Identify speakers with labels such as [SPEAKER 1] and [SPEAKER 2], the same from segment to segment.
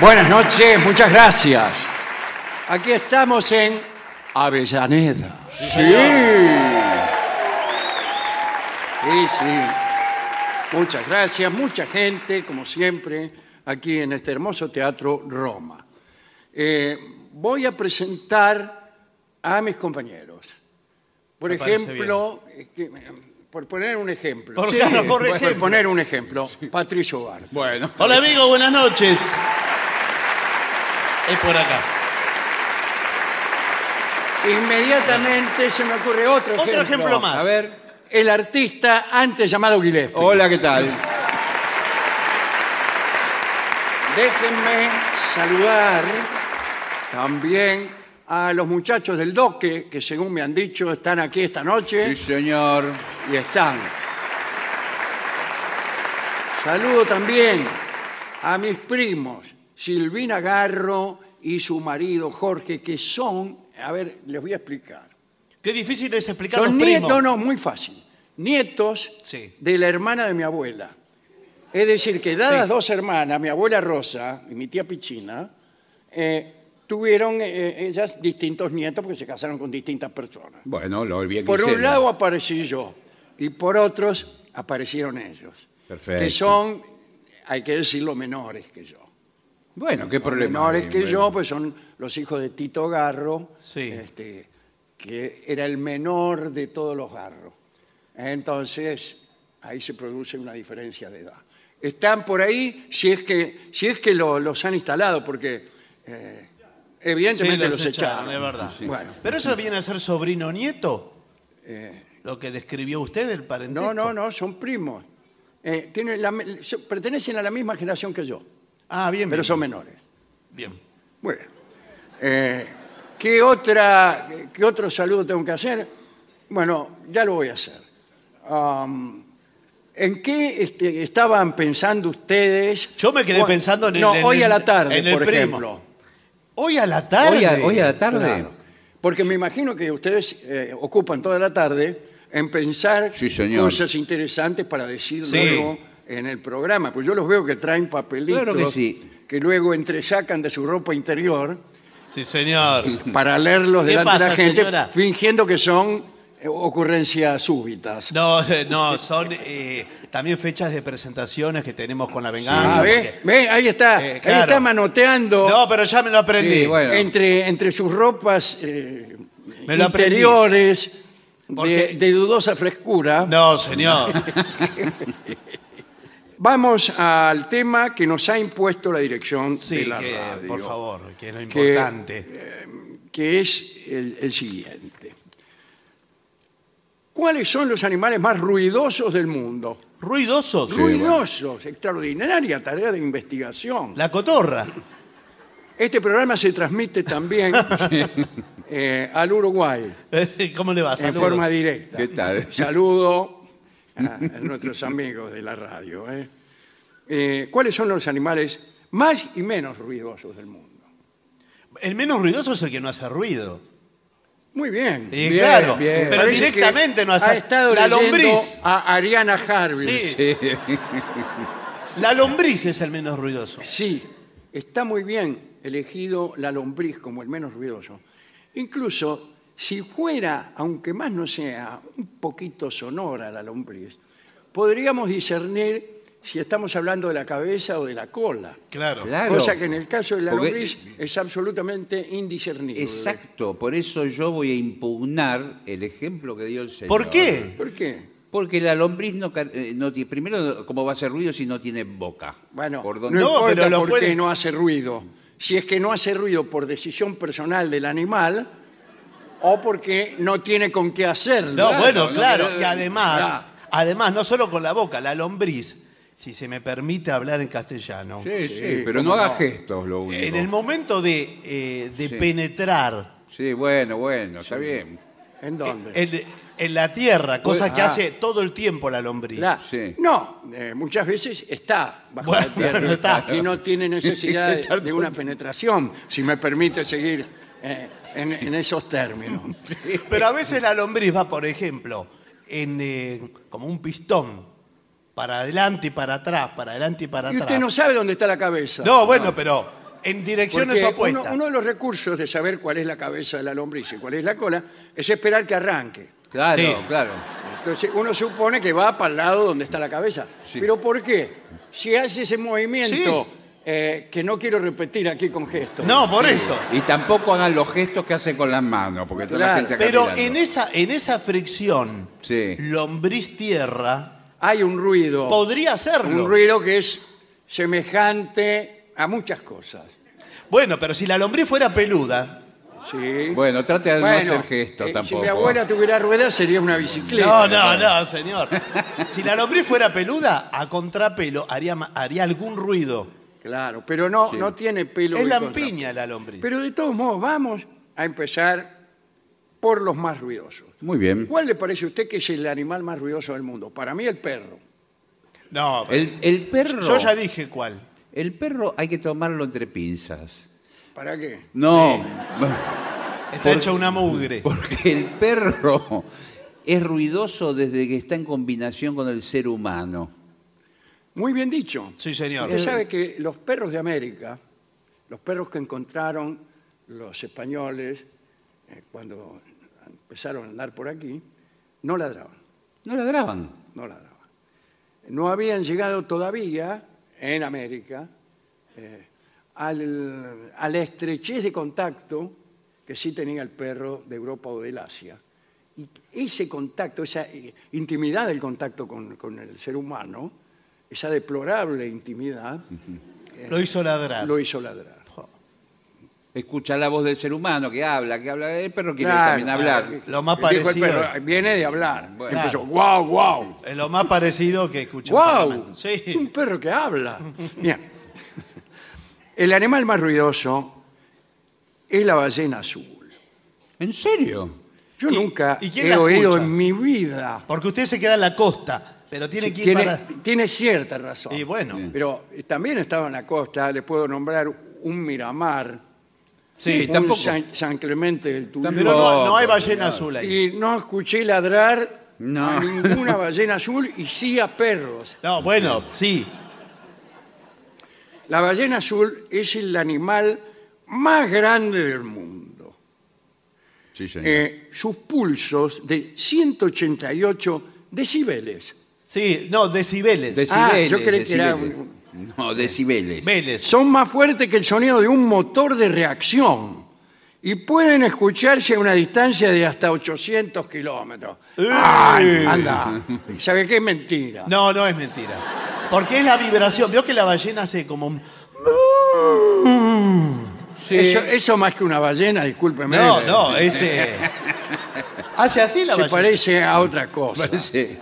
[SPEAKER 1] Buenas noches, muchas gracias. Aquí estamos en Avellaneda. Sí. Sí, sí. Muchas gracias, mucha gente, como siempre, aquí en este hermoso teatro Roma. Eh, voy a presentar a mis compañeros. Por
[SPEAKER 2] Me parece
[SPEAKER 1] ejemplo, eh, que- por poner un ejemplo.
[SPEAKER 2] Por- claro, por
[SPEAKER 1] Por
[SPEAKER 2] ejemplo.
[SPEAKER 1] poner un ejemplo, Patricio Bar.
[SPEAKER 3] Bueno,
[SPEAKER 2] Hola amigo, buenas noches. Es por acá.
[SPEAKER 1] Inmediatamente se me ocurre otro ejemplo.
[SPEAKER 2] Otro ejemplo más.
[SPEAKER 3] a ver.
[SPEAKER 1] El artista antes llamado Guillermo.
[SPEAKER 3] Hola, ¿qué tal?
[SPEAKER 1] Déjenme saludar también a los muchachos del Doque, que según me han dicho están aquí esta noche
[SPEAKER 3] Sí, señor.
[SPEAKER 1] y están. Saludo también a mis primos, Silvina Garro y su marido Jorge, que son, a ver, les voy a explicar.
[SPEAKER 2] Qué difícil es explicar
[SPEAKER 1] Son
[SPEAKER 2] los primos.
[SPEAKER 1] nietos, no, muy fácil. Nietos
[SPEAKER 2] Sí.
[SPEAKER 1] de la hermana de mi abuela. Es decir, que dadas dos hermanas, mi abuela Rosa y mi tía Pichina, eh, tuvieron eh, ellas distintos nietos porque se casaron con distintas personas.
[SPEAKER 3] Bueno, lo olvidé.
[SPEAKER 1] Por un lado aparecí yo y por otros aparecieron ellos.
[SPEAKER 3] Perfecto.
[SPEAKER 1] Que son, hay que decirlo, menores que yo.
[SPEAKER 3] Bueno, qué problema.
[SPEAKER 1] Menores
[SPEAKER 3] hay,
[SPEAKER 1] que
[SPEAKER 3] bueno.
[SPEAKER 1] yo, pues son los hijos de Tito Garro,
[SPEAKER 2] Sí.
[SPEAKER 1] este, que era el menor de todos los Garros. Entonces, ahí se produce una diferencia de edad. Están por ahí, si es que, si es que lo- los han instalado, porque eh,
[SPEAKER 2] Sí,
[SPEAKER 1] evidentemente
[SPEAKER 2] los
[SPEAKER 1] los,
[SPEAKER 2] echaron, es verdad.
[SPEAKER 1] Bueno,
[SPEAKER 2] Pero eso viene a ser sobrino nieto. Lo que describió usted del parentesco.
[SPEAKER 1] no, no, no, son primos. Eh, tienen la me- son- pertenecen a la misma generación que yo,
[SPEAKER 2] Ah, bien.
[SPEAKER 1] pero
[SPEAKER 2] bien,
[SPEAKER 1] son menores.
[SPEAKER 2] Bien.
[SPEAKER 1] Bueno, eh, ¿qué, otra, ¿qué otro saludo tengo que hacer? Bueno, ya lo voy a hacer. Am, ¿En qué este, estaban pensando ustedes?
[SPEAKER 2] Yo me quedé
[SPEAKER 1] Hoy-
[SPEAKER 2] pensando en el-
[SPEAKER 1] No,
[SPEAKER 2] en
[SPEAKER 1] hoy
[SPEAKER 2] el-
[SPEAKER 1] a la tarde,
[SPEAKER 2] en el
[SPEAKER 1] por
[SPEAKER 2] primo.
[SPEAKER 1] ejemplo.
[SPEAKER 2] Hoy a la tarde.
[SPEAKER 3] Hoy a, hoy a la tarde.
[SPEAKER 1] Claro. Porque me imagino que ustedes eh, ocupan toda la tarde en pensar
[SPEAKER 3] Sí, señor.
[SPEAKER 1] cosas interesantes para decir
[SPEAKER 2] Sí.
[SPEAKER 1] luego en el programa. Pues yo los veo que traen papelitos
[SPEAKER 3] Claro que sí.
[SPEAKER 1] que luego entresacan de su ropa interior.
[SPEAKER 2] Sí, señor.
[SPEAKER 1] para leerlos
[SPEAKER 2] ¿Qué
[SPEAKER 1] delante de la
[SPEAKER 2] pasa,
[SPEAKER 1] gente
[SPEAKER 2] señora?
[SPEAKER 1] fingiendo que son eh, ocurrencias súbitas.
[SPEAKER 2] No, eh, no, son eh, también fechas de presentaciones que tenemos con la venganza.
[SPEAKER 1] Ah, ¿ve?
[SPEAKER 2] porque-
[SPEAKER 1] ¿Ve? Ahí está,
[SPEAKER 2] Eh,
[SPEAKER 1] ahí
[SPEAKER 2] claro.
[SPEAKER 1] está manoteando
[SPEAKER 2] No, pero ya me lo aprendí.
[SPEAKER 3] Sí, bueno.
[SPEAKER 1] entre, entre sus ropas eh,
[SPEAKER 2] Me lo aprendí.
[SPEAKER 1] interiores de,
[SPEAKER 2] Porque-
[SPEAKER 1] de dudosa frescura.
[SPEAKER 2] No, señor.
[SPEAKER 1] Vamos al tema que nos ha impuesto la dirección de
[SPEAKER 2] Sí,
[SPEAKER 1] la
[SPEAKER 2] que,
[SPEAKER 1] radio,
[SPEAKER 2] por favor, que es lo
[SPEAKER 1] Que-
[SPEAKER 2] importante.
[SPEAKER 1] que es el- el siguiente. ¿Cuáles son los animales más ruidosos del mundo?
[SPEAKER 2] Ruidosos.
[SPEAKER 1] Ruidosos, extraordinaria tarea de investigación.
[SPEAKER 2] La cotorra.
[SPEAKER 1] Este programa se transmite también eh, al Uruguay
[SPEAKER 2] ¿Cómo le va?
[SPEAKER 1] en
[SPEAKER 2] Saludos.
[SPEAKER 1] forma directa.
[SPEAKER 3] ¿Qué tal?
[SPEAKER 1] Saludo a, a nuestros amigos de la radio. ¿eh? Eh, ¿Cuáles son los animales más y menos ruidosos del mundo?
[SPEAKER 2] El menos ruidoso es el que no hace ruido.
[SPEAKER 1] Muy bien.
[SPEAKER 2] Y
[SPEAKER 3] Bien,
[SPEAKER 2] claro,
[SPEAKER 3] bien.
[SPEAKER 2] pero
[SPEAKER 1] Parece que
[SPEAKER 2] directamente no hace.
[SPEAKER 1] Ha estado
[SPEAKER 2] la
[SPEAKER 1] leyendo
[SPEAKER 2] lombriz.
[SPEAKER 1] a Ariana Harvey.
[SPEAKER 2] Sí.
[SPEAKER 3] Sí.
[SPEAKER 2] La lombriz es el menos ruidoso.
[SPEAKER 1] Sí, está muy bien elegido la lombriz como el menos ruidoso. Incluso si fuera, aunque más no sea, un poquito sonora la lombriz, podríamos discernir si estamos hablando de la cabeza o de la cola.
[SPEAKER 2] Claro.
[SPEAKER 3] Claro.
[SPEAKER 1] Cosa que en el caso de la
[SPEAKER 3] Porque-
[SPEAKER 1] lombriz es absolutamente indiscernible.
[SPEAKER 3] Exacto, por eso yo voy a impugnar el ejemplo que dio el señor.
[SPEAKER 2] ¿Por qué?
[SPEAKER 1] ¿Por qué?
[SPEAKER 3] Porque la lombriz no, ca- eh, no tiene, primero, ¿cómo va a hacer ruido si no tiene boca?
[SPEAKER 1] Bueno,
[SPEAKER 3] ¿Por
[SPEAKER 1] no,
[SPEAKER 3] dónde?
[SPEAKER 2] No,
[SPEAKER 1] importa
[SPEAKER 2] pero lo
[SPEAKER 1] por
[SPEAKER 2] puede-
[SPEAKER 1] qué no hace ruido. Si es que no hace ruido por decisión personal del animal o porque no tiene con qué hacerlo.
[SPEAKER 2] No,
[SPEAKER 3] Claro,
[SPEAKER 2] bueno,
[SPEAKER 3] no,
[SPEAKER 2] claro.
[SPEAKER 3] no,
[SPEAKER 2] y además,
[SPEAKER 1] Ah.
[SPEAKER 2] además, no solo con la boca, la lombriz si se me permite hablar en castellano.
[SPEAKER 3] Sí, sí,
[SPEAKER 1] sí,
[SPEAKER 3] pero no
[SPEAKER 1] cómo
[SPEAKER 3] haga
[SPEAKER 1] no.
[SPEAKER 3] gestos, lo único.
[SPEAKER 2] En el momento de, eh, de
[SPEAKER 3] Sí.
[SPEAKER 2] penetrar
[SPEAKER 3] Sí, bueno, bueno, está bien.
[SPEAKER 2] Eh,
[SPEAKER 1] ¿En dónde?
[SPEAKER 2] en, en la tierra, cosa que
[SPEAKER 3] ah.
[SPEAKER 2] hace todo el tiempo la lombriz.
[SPEAKER 1] La-
[SPEAKER 3] sí.
[SPEAKER 1] No, eh, muchas veces está bajo
[SPEAKER 2] Bueno,
[SPEAKER 1] la tierra.
[SPEAKER 2] no está.
[SPEAKER 1] Aquí no tiene necesidad de-
[SPEAKER 3] Está
[SPEAKER 1] de, una penetración, si me permite seguir eh, en, en esos términos.
[SPEAKER 2] Pero a veces la lombriz va, por ejemplo, en, eh, como un pistón, para adelante y para atrás, para adelante y para
[SPEAKER 1] Y
[SPEAKER 2] atrás.
[SPEAKER 1] usted no sabe dónde está la cabeza.
[SPEAKER 2] No, bueno, pero en direcciones
[SPEAKER 1] Porque uno,
[SPEAKER 2] opuestas.
[SPEAKER 1] uno de los recursos de saber cuál es la cabeza de la lombriz y cuál es la cola es esperar que arranque.
[SPEAKER 3] Claro,
[SPEAKER 2] Sí.
[SPEAKER 3] claro.
[SPEAKER 1] Entonces uno supone que va para el lado donde está la cabeza.
[SPEAKER 3] Sí.
[SPEAKER 1] ¿Pero por qué? Si hace ese movimiento eh, que no quiero repetir aquí con gestos.
[SPEAKER 2] No, por eso.
[SPEAKER 3] Y tampoco hagan los gestos que hacen con las manos, porque está
[SPEAKER 1] Claro.
[SPEAKER 3] la gente acá
[SPEAKER 2] Pero
[SPEAKER 3] mirando.
[SPEAKER 2] en esa, en esa fricción,
[SPEAKER 3] Sí.
[SPEAKER 2] lombriz tierra
[SPEAKER 1] Hay un ruido.
[SPEAKER 2] podría hacerlo.
[SPEAKER 1] un ruido que es semejante a muchas cosas.
[SPEAKER 2] Bueno, pero si la lombriz fuera peluda.
[SPEAKER 1] ¿sí?
[SPEAKER 3] Bueno, trate de
[SPEAKER 1] Bueno,
[SPEAKER 3] no hacer gestos
[SPEAKER 1] eh, Si
[SPEAKER 3] tampoco.
[SPEAKER 1] mi abuela tuviera ruedas sería una
[SPEAKER 2] No,
[SPEAKER 1] bicicleta.
[SPEAKER 2] no, no, señor. Si la lombriz fuera peluda, a contrapelo haría, ma- haría algún ruido.
[SPEAKER 1] Claro, pero no, no tiene pelo.
[SPEAKER 2] Es
[SPEAKER 1] y
[SPEAKER 2] lampiña la lombriz.
[SPEAKER 1] contra- Pero de todos modos, vamos a empezar por los más ruidosos.
[SPEAKER 3] Muy
[SPEAKER 2] Mm.
[SPEAKER 3] bien.
[SPEAKER 1] ¿Cuál le parece a usted que es el animal más ruidoso del mundo? Para mí el perro.
[SPEAKER 2] No,
[SPEAKER 3] El, el perro.
[SPEAKER 2] yo ya dije cuál.
[SPEAKER 3] El perro hay que tomarlo entre pinzas.
[SPEAKER 1] ¿Para qué?
[SPEAKER 3] No,
[SPEAKER 2] Está hecha una mugre.
[SPEAKER 3] porque el perro es ruidoso desde que está en combinación con el ser humano.
[SPEAKER 1] Muy bien dicho.
[SPEAKER 2] Sí, señor.
[SPEAKER 1] Usted sabe que los perros de América, los perros que encontraron los españoles eh, cuando empezaron a andar por aquí, no ladraban,
[SPEAKER 3] No ladraban.
[SPEAKER 1] no ladraban. No habían llegado todavía en América eh, al, a la estrechez de contacto que sí tenía el perro de Europa o del Asia. Y ese contacto, esa eh, intimidad del contacto con, con el ser humano, esa deplorable intimidad,
[SPEAKER 2] Lo hizo ladrar.
[SPEAKER 1] lo hizo ladrar.
[SPEAKER 3] Escucha la voz del ser humano que habla, que habla. El perro quiere
[SPEAKER 1] Claro,
[SPEAKER 3] también hablar.
[SPEAKER 1] claro.
[SPEAKER 2] Lo más
[SPEAKER 1] Dijo el
[SPEAKER 2] parecido.
[SPEAKER 1] perro, viene de hablar.
[SPEAKER 3] Bueno.
[SPEAKER 1] Empezó, wow, wow,
[SPEAKER 2] Es lo más parecido que escuché. en
[SPEAKER 1] wow.
[SPEAKER 2] Parlamento.
[SPEAKER 1] Un
[SPEAKER 2] Sí.
[SPEAKER 1] perro que habla. Bien. El animal más ruidoso es la ballena azul.
[SPEAKER 3] ¿En serio?
[SPEAKER 1] Yo
[SPEAKER 2] ¿Y-
[SPEAKER 1] nunca
[SPEAKER 2] y quién
[SPEAKER 1] he
[SPEAKER 2] la
[SPEAKER 1] oído
[SPEAKER 2] escucha?
[SPEAKER 1] en mi vida.
[SPEAKER 2] Porque usted se queda en la costa, pero tiene
[SPEAKER 1] Sí,
[SPEAKER 2] que ir
[SPEAKER 1] tiene,
[SPEAKER 2] para.
[SPEAKER 1] tiene cierta razón.
[SPEAKER 2] Y bueno.
[SPEAKER 1] Pero eh, también estaba en la costa, le puedo nombrar un Miramar,
[SPEAKER 3] Sí,
[SPEAKER 1] un
[SPEAKER 3] tampoco.
[SPEAKER 1] San, San Clemente del Tulio.
[SPEAKER 2] Pero no, no hay
[SPEAKER 3] No,
[SPEAKER 2] ballena azul ahí.
[SPEAKER 1] Y no escuché ladrar
[SPEAKER 3] No.
[SPEAKER 1] a ninguna ballena azul y sí a perros.
[SPEAKER 2] No, bueno, sí.
[SPEAKER 1] La ballena azul es el animal más grande del mundo.
[SPEAKER 3] Sí, señor.
[SPEAKER 1] Eh, sus pulsos de 188 decibeles
[SPEAKER 2] Sí, no, decibeles.
[SPEAKER 3] decibeles,
[SPEAKER 1] ah, yo creí que era
[SPEAKER 3] decibeles.
[SPEAKER 1] un-
[SPEAKER 3] No, decibeles.
[SPEAKER 2] Veles.
[SPEAKER 1] son más fuertes que el sonido de un motor de reacción y pueden escucharse a una distancia de hasta 800 kilómetros.
[SPEAKER 2] ¡Eh!
[SPEAKER 1] ¡Ay, anda! ¿Sabe qué? Mentira.
[SPEAKER 2] No, no es mentira. Porque es la vibración. Vio que la ballena hace como un.
[SPEAKER 3] Sí.
[SPEAKER 1] Eso, eso más que una ballena, discúlpeme.
[SPEAKER 2] No, no, ese. Hace así la
[SPEAKER 1] Se
[SPEAKER 2] ballena.
[SPEAKER 1] parece a otra cosa.
[SPEAKER 3] Parece-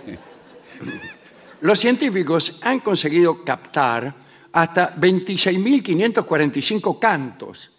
[SPEAKER 1] Los científicos han conseguido captar hasta 26.545 cantos,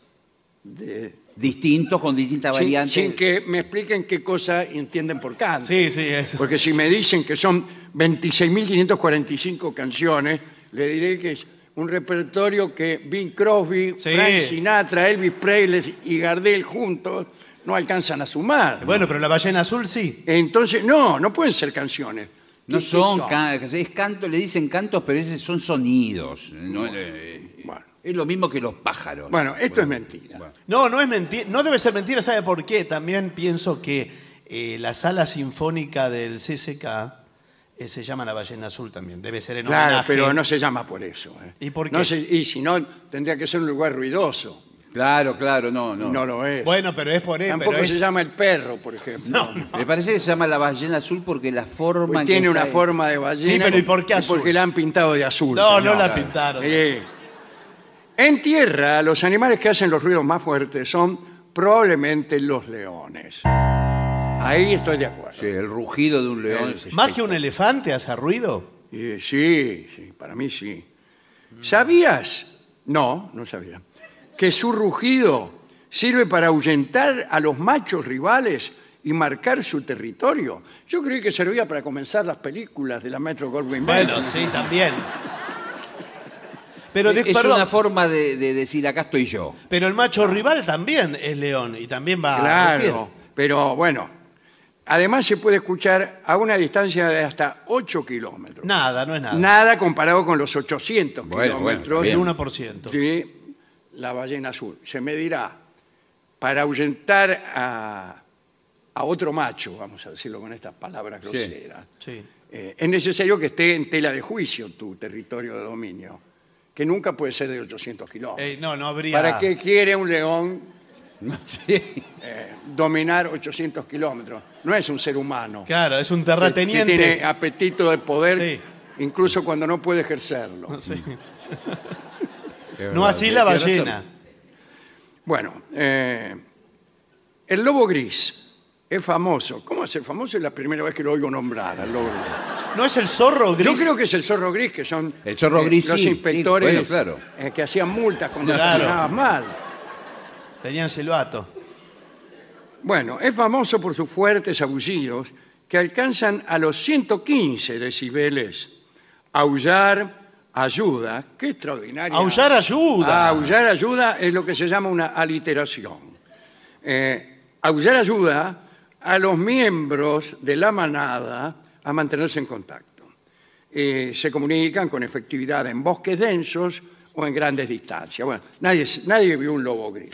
[SPEAKER 3] Distintos con distintas
[SPEAKER 1] sin,
[SPEAKER 3] variantes.
[SPEAKER 1] sin que me expliquen qué cosa entienden por canto.
[SPEAKER 2] Sí, sí, eso.
[SPEAKER 1] Porque si me dicen que son 26.545 canciones, le diré que es un repertorio que Bing Crosby,
[SPEAKER 2] Sí.
[SPEAKER 1] Frank Sinatra, Elvis Presley y Gardel juntos no alcanzan a sumar.
[SPEAKER 2] Bueno, pero la ballena azul sí.
[SPEAKER 1] Entonces, no, no pueden ser canciones.
[SPEAKER 3] No
[SPEAKER 1] ¿Qué- qué
[SPEAKER 3] son, ca- es canto, le dicen cantos, pero esos son sonidos. ¿no? Eh,
[SPEAKER 1] Bueno.
[SPEAKER 3] Es lo mismo que los pájaros.
[SPEAKER 1] Bueno, esto es mentira.
[SPEAKER 3] bueno.
[SPEAKER 2] No, no es mentira. No debe ser mentira, ¿sabe por qué? También pienso que eh, la sala sinfónica del CCK eh, se llama la ballena azul también. Debe ser en
[SPEAKER 1] Claro,
[SPEAKER 2] homenaje.
[SPEAKER 1] pero no se llama por eso. ¿eh?
[SPEAKER 2] ¿Y por
[SPEAKER 1] No
[SPEAKER 2] qué?
[SPEAKER 1] se- y si no, tendría que ser un lugar ruidoso.
[SPEAKER 3] Claro, claro, no, no.
[SPEAKER 1] No, lo es.
[SPEAKER 2] Bueno, pero es por él.
[SPEAKER 1] Tampoco
[SPEAKER 2] pero es-
[SPEAKER 1] se llama el perro, por ejemplo.
[SPEAKER 3] Me parece que se llama la ballena azul porque la forma.
[SPEAKER 1] Porque
[SPEAKER 3] en
[SPEAKER 1] Pues tiene
[SPEAKER 3] que está-
[SPEAKER 1] una forma de ballena.
[SPEAKER 2] Sí, pero ¿y por qué azul?
[SPEAKER 1] Porque la han pintado de azul.
[SPEAKER 2] No, no
[SPEAKER 1] señor.
[SPEAKER 2] la pintaron.
[SPEAKER 1] Sí. En tierra, los animales que hacen los ruidos más fuertes son probablemente los leones. Ahí estoy de acuerdo.
[SPEAKER 3] Sí, el rugido de un león.
[SPEAKER 2] Más que un elefante hace ruido.
[SPEAKER 1] Eh, sí, sí, para mí sí. ¿Sabías? No, no sabía. Que su rugido sirve para ahuyentar a los machos rivales y marcar su territorio. Yo creí que servía para comenzar las películas de la Metro Goldwyn Mayer.
[SPEAKER 2] Bueno, sí, también. Pero, de-
[SPEAKER 3] es
[SPEAKER 2] perdón,
[SPEAKER 3] una forma de, de decir acá estoy yo.
[SPEAKER 2] pero el macho rival también es león y también va a
[SPEAKER 1] Claro,
[SPEAKER 2] rugir.
[SPEAKER 1] pero bueno. Además se puede escuchar a una distancia de hasta 8 kilómetros.
[SPEAKER 2] Nada, no es nada.
[SPEAKER 1] Nada comparado con los 800
[SPEAKER 3] Bueno, bueno,
[SPEAKER 1] kilómetros
[SPEAKER 2] el
[SPEAKER 3] bien.
[SPEAKER 2] 1%.
[SPEAKER 1] de la ballena azul. Se medirá para ahuyentar a, a otro macho, vamos a decirlo con estas palabras groseras.
[SPEAKER 2] Sí.
[SPEAKER 1] Eh, es necesario que esté en tela de juicio tu territorio de dominio, que nunca puede ser de 800 kilómetros.
[SPEAKER 2] Ey, no, no habría.
[SPEAKER 1] ¿Para qué quiere un león eh, dominar 800 kilómetros? No es un ser humano.
[SPEAKER 2] Claro, es un
[SPEAKER 1] que- que
[SPEAKER 2] terrateniente.
[SPEAKER 1] tiene apetito de poder, incluso cuando no puede ejercerlo.
[SPEAKER 2] Sí. No así la
[SPEAKER 3] Eh, Tiene razón.
[SPEAKER 2] ballena.
[SPEAKER 1] Bueno, eh, el lobo gris es famoso. ¿Cómo es el famoso? Es la primera vez que lo oigo nombrar al lobo gris.
[SPEAKER 2] ¿No es el zorro gris?
[SPEAKER 1] Yo creo que es el zorro gris, que son eh,
[SPEAKER 3] El zorro gris,
[SPEAKER 1] los
[SPEAKER 3] sí, sí,
[SPEAKER 1] inspectores
[SPEAKER 3] bueno, claro.
[SPEAKER 1] eh, que hacían multas cuando
[SPEAKER 2] Claro.
[SPEAKER 1] caminabas mal.
[SPEAKER 2] Tenían silbato.
[SPEAKER 1] Bueno, es famoso por sus fuertes aullidos que alcanzan a los 115 decibeles. Aullar ayuda, qué extraordinario.
[SPEAKER 2] Aullar ayuda.
[SPEAKER 1] Aullar ayuda es lo que se llama una aliteración. Eh, aullar ayuda a los miembros de la manada a mantenerse en contacto. Eh, se comunican con efectividad en bosques densos o en grandes distancias. Bueno, nadie, nadie vio un lobo gris.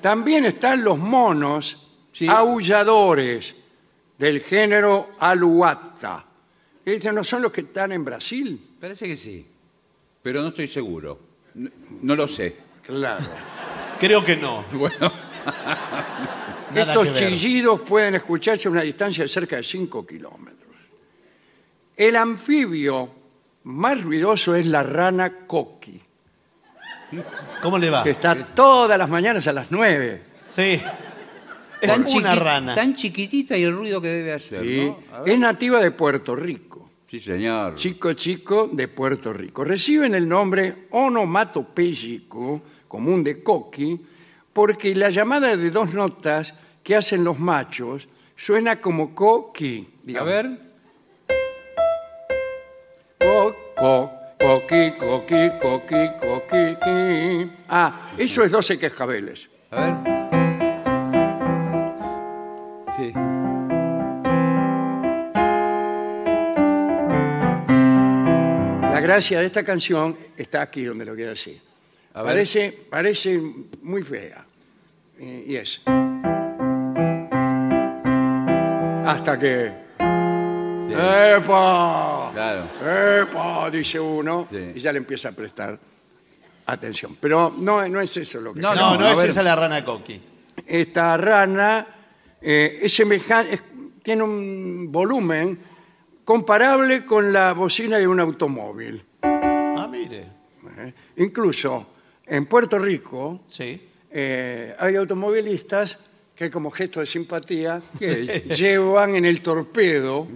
[SPEAKER 1] También están los monos
[SPEAKER 3] Sí.
[SPEAKER 1] aulladores del género aluata. Estos no son los que están en Brasil.
[SPEAKER 3] Parece que sí, pero no estoy seguro. No, no lo sé.
[SPEAKER 1] Claro.
[SPEAKER 2] Creo que no.
[SPEAKER 3] Bueno,
[SPEAKER 2] Nada
[SPEAKER 1] Estos
[SPEAKER 2] que ver.
[SPEAKER 1] chillidos pueden escucharse a una distancia de cerca de 5 kilómetros. El anfibio más ruidoso es la rana coqui,
[SPEAKER 2] ¿Cómo le va?
[SPEAKER 1] que está todas las mañanas a las 9.
[SPEAKER 2] Sí. Es
[SPEAKER 3] tan
[SPEAKER 2] una
[SPEAKER 3] chiqui-
[SPEAKER 2] rana.
[SPEAKER 3] Tan chiquitita y el ruido que debe hacer,
[SPEAKER 1] ¿sí?
[SPEAKER 3] ¿no? A ver.
[SPEAKER 1] Es nativa de Puerto Rico.
[SPEAKER 3] Sí, señor.
[SPEAKER 1] Chico chico de Puerto Rico. Reciben el nombre onomatopéyico común de coqui porque la llamada de dos notas que hacen los machos suena como coqui.
[SPEAKER 3] A
[SPEAKER 1] digamos.
[SPEAKER 3] ver.
[SPEAKER 1] Co, co, coqui, coqui, coqui, coqui, qui. Ah, eso es 12 cascabeles.
[SPEAKER 3] A ver. Sí.
[SPEAKER 1] La gracia de esta canción está aquí donde lo quiero decir.
[SPEAKER 3] A ver.
[SPEAKER 1] Parece, parece muy fea. Eh, Y es. Hasta que.
[SPEAKER 3] sí.
[SPEAKER 1] Ah. ¡Epa!
[SPEAKER 3] Claro.
[SPEAKER 1] ¡Epa! Dice uno.
[SPEAKER 3] Sí.
[SPEAKER 1] Y ya le empieza a prestar atención. Pero no, no es eso lo que
[SPEAKER 3] No,
[SPEAKER 2] No, no,
[SPEAKER 3] no, a
[SPEAKER 2] es
[SPEAKER 3] ver.
[SPEAKER 2] esa la rana coqui.
[SPEAKER 1] esta rana eh, es semejante, tiene un volumen comparable con la bocina de un automóvil.
[SPEAKER 2] Ah, mire.
[SPEAKER 1] ¿eh? Incluso en Puerto Rico
[SPEAKER 2] Sí.
[SPEAKER 1] eh, hay automovilistas que como gesto de simpatía que llevan en el torpedo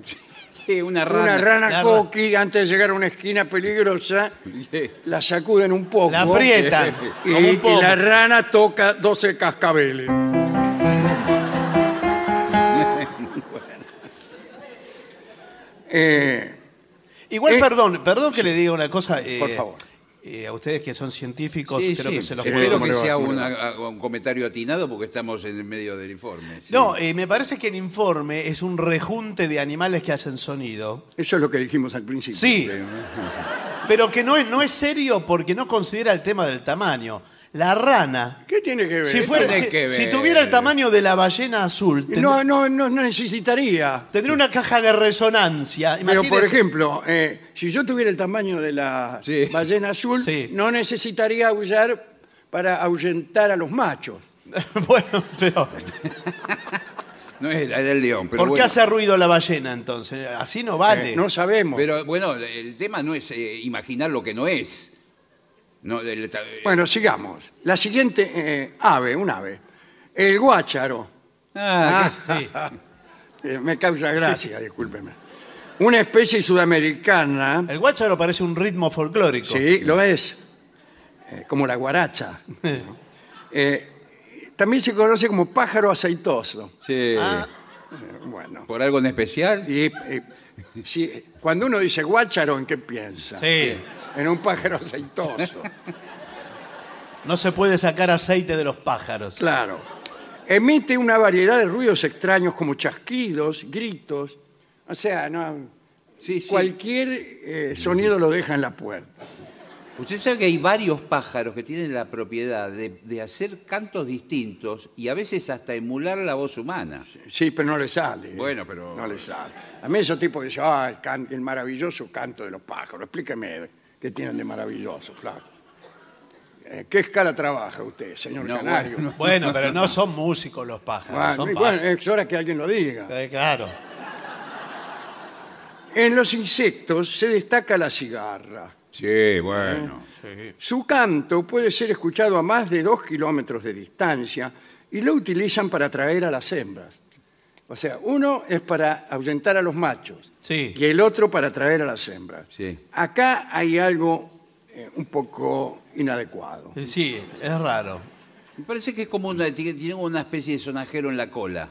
[SPEAKER 3] Sí, una rana.
[SPEAKER 1] una rana
[SPEAKER 2] La-
[SPEAKER 1] coqui antes de llegar a una esquina peligrosa,
[SPEAKER 3] Sí.
[SPEAKER 1] la sacuden un poco
[SPEAKER 2] La aprietan.
[SPEAKER 1] y,
[SPEAKER 2] como un
[SPEAKER 1] y
[SPEAKER 2] pomo.
[SPEAKER 1] la rana toca 12 cascabeles. Eh,
[SPEAKER 2] Igual,
[SPEAKER 1] Eh,
[SPEAKER 2] perdón, perdón que le diga una cosa. eh,
[SPEAKER 1] Por favor.
[SPEAKER 2] eh, a ustedes que son científicos,
[SPEAKER 3] Sí,
[SPEAKER 2] creo
[SPEAKER 3] sí.
[SPEAKER 2] que se los
[SPEAKER 3] Espero
[SPEAKER 2] puedo.
[SPEAKER 1] ¿Cómo
[SPEAKER 3] que
[SPEAKER 1] le va?
[SPEAKER 3] sea
[SPEAKER 1] ¿Cómo le
[SPEAKER 3] una- a- un comentario atinado porque estamos en el medio del informe. sí.
[SPEAKER 2] No, eh, me parece que el informe es un rejunte de animales que hacen sonido.
[SPEAKER 1] eso es lo que dijimos al principio.
[SPEAKER 2] Sí, pero que no es, no es serio porque no considera el tema del tamaño. La rana,
[SPEAKER 1] ¿Qué tiene que ver?
[SPEAKER 2] si, fuera-
[SPEAKER 3] tiene
[SPEAKER 2] si-
[SPEAKER 3] que
[SPEAKER 2] si
[SPEAKER 3] ver?
[SPEAKER 2] tuviera el tamaño de la ballena azul, tendr-
[SPEAKER 1] no, no, no, no necesitaría.
[SPEAKER 2] tendría una caja de resonancia.
[SPEAKER 1] Pero, por
[SPEAKER 2] Imagínese-
[SPEAKER 1] ejemplo, eh, si yo tuviera el tamaño de la
[SPEAKER 3] Sí.
[SPEAKER 1] ballena azul,
[SPEAKER 2] Sí.
[SPEAKER 1] no necesitaría aullar para ahuyentar a los machos.
[SPEAKER 2] bueno, pero
[SPEAKER 3] No era, era el león. Pero
[SPEAKER 2] ¿por qué
[SPEAKER 3] bueno.
[SPEAKER 2] hace ruido la ballena entonces? Así no vale.
[SPEAKER 1] Eh, no sabemos.
[SPEAKER 3] Pero bueno, el tema no es eh, imaginar lo que no es. No, eh, el-
[SPEAKER 1] Bueno, sigamos. La siguiente eh, ave, un ave. El guácharo.
[SPEAKER 3] Ah,
[SPEAKER 1] Ah, eh, me causa gracia, discúlpeme. una especie sudamericana,
[SPEAKER 2] El guacharo parece un ritmo folclórico.
[SPEAKER 1] sí, lo es, eh, como la guaracha. Eh, también se conoce como pájaro aceitoso.
[SPEAKER 3] Sí.
[SPEAKER 1] Eh, Bueno,
[SPEAKER 3] ¿Por algo en especial?
[SPEAKER 1] y, eh, sí, cuando uno dice guácharo, ¿en qué piensa?
[SPEAKER 2] Sí.
[SPEAKER 1] En un pájaro aceitoso.
[SPEAKER 2] No se puede sacar aceite de los pájaros.
[SPEAKER 1] Claro. Emite una variedad de ruidos extraños como chasquidos, gritos. O sea, no,
[SPEAKER 3] Sí, sí.
[SPEAKER 1] cualquier eh, sonido lo deja en la puerta.
[SPEAKER 3] Usted sabe que hay varios pájaros que tienen la propiedad de, de hacer cantos distintos y a veces hasta emular la voz humana.
[SPEAKER 1] Sí, pero no le sale. ¿eh?
[SPEAKER 3] Bueno, pero-
[SPEAKER 1] No le sale. A mí esos tipos dicen, ah, el, can- el maravilloso canto de los pájaros. Explíqueme qué tienen de maravilloso, flaco. Eh, ¿Qué escala trabaja usted, señor
[SPEAKER 3] No,
[SPEAKER 1] Canario?
[SPEAKER 3] bueno,
[SPEAKER 2] Bueno, pero no son músicos los pájaros.
[SPEAKER 1] Bueno,
[SPEAKER 2] son
[SPEAKER 1] y bueno, es hora que alguien lo diga.
[SPEAKER 2] pájaros. Eh, claro.
[SPEAKER 1] En los insectos se destaca la cigarra.
[SPEAKER 3] Sí, bueno.
[SPEAKER 1] Su canto puede ser escuchado a más de dos kilómetros de distancia y lo utilizan para atraer a las hembras. O sea, uno es para ahuyentar a los machos
[SPEAKER 2] Sí.
[SPEAKER 1] y el otro para atraer a las hembras.
[SPEAKER 3] Sí.
[SPEAKER 1] Acá hay algo eh, un poco inadecuado.
[SPEAKER 2] Sí, es raro.
[SPEAKER 3] Me parece que es como una, tiene tiene una especie de sonajero en la cola.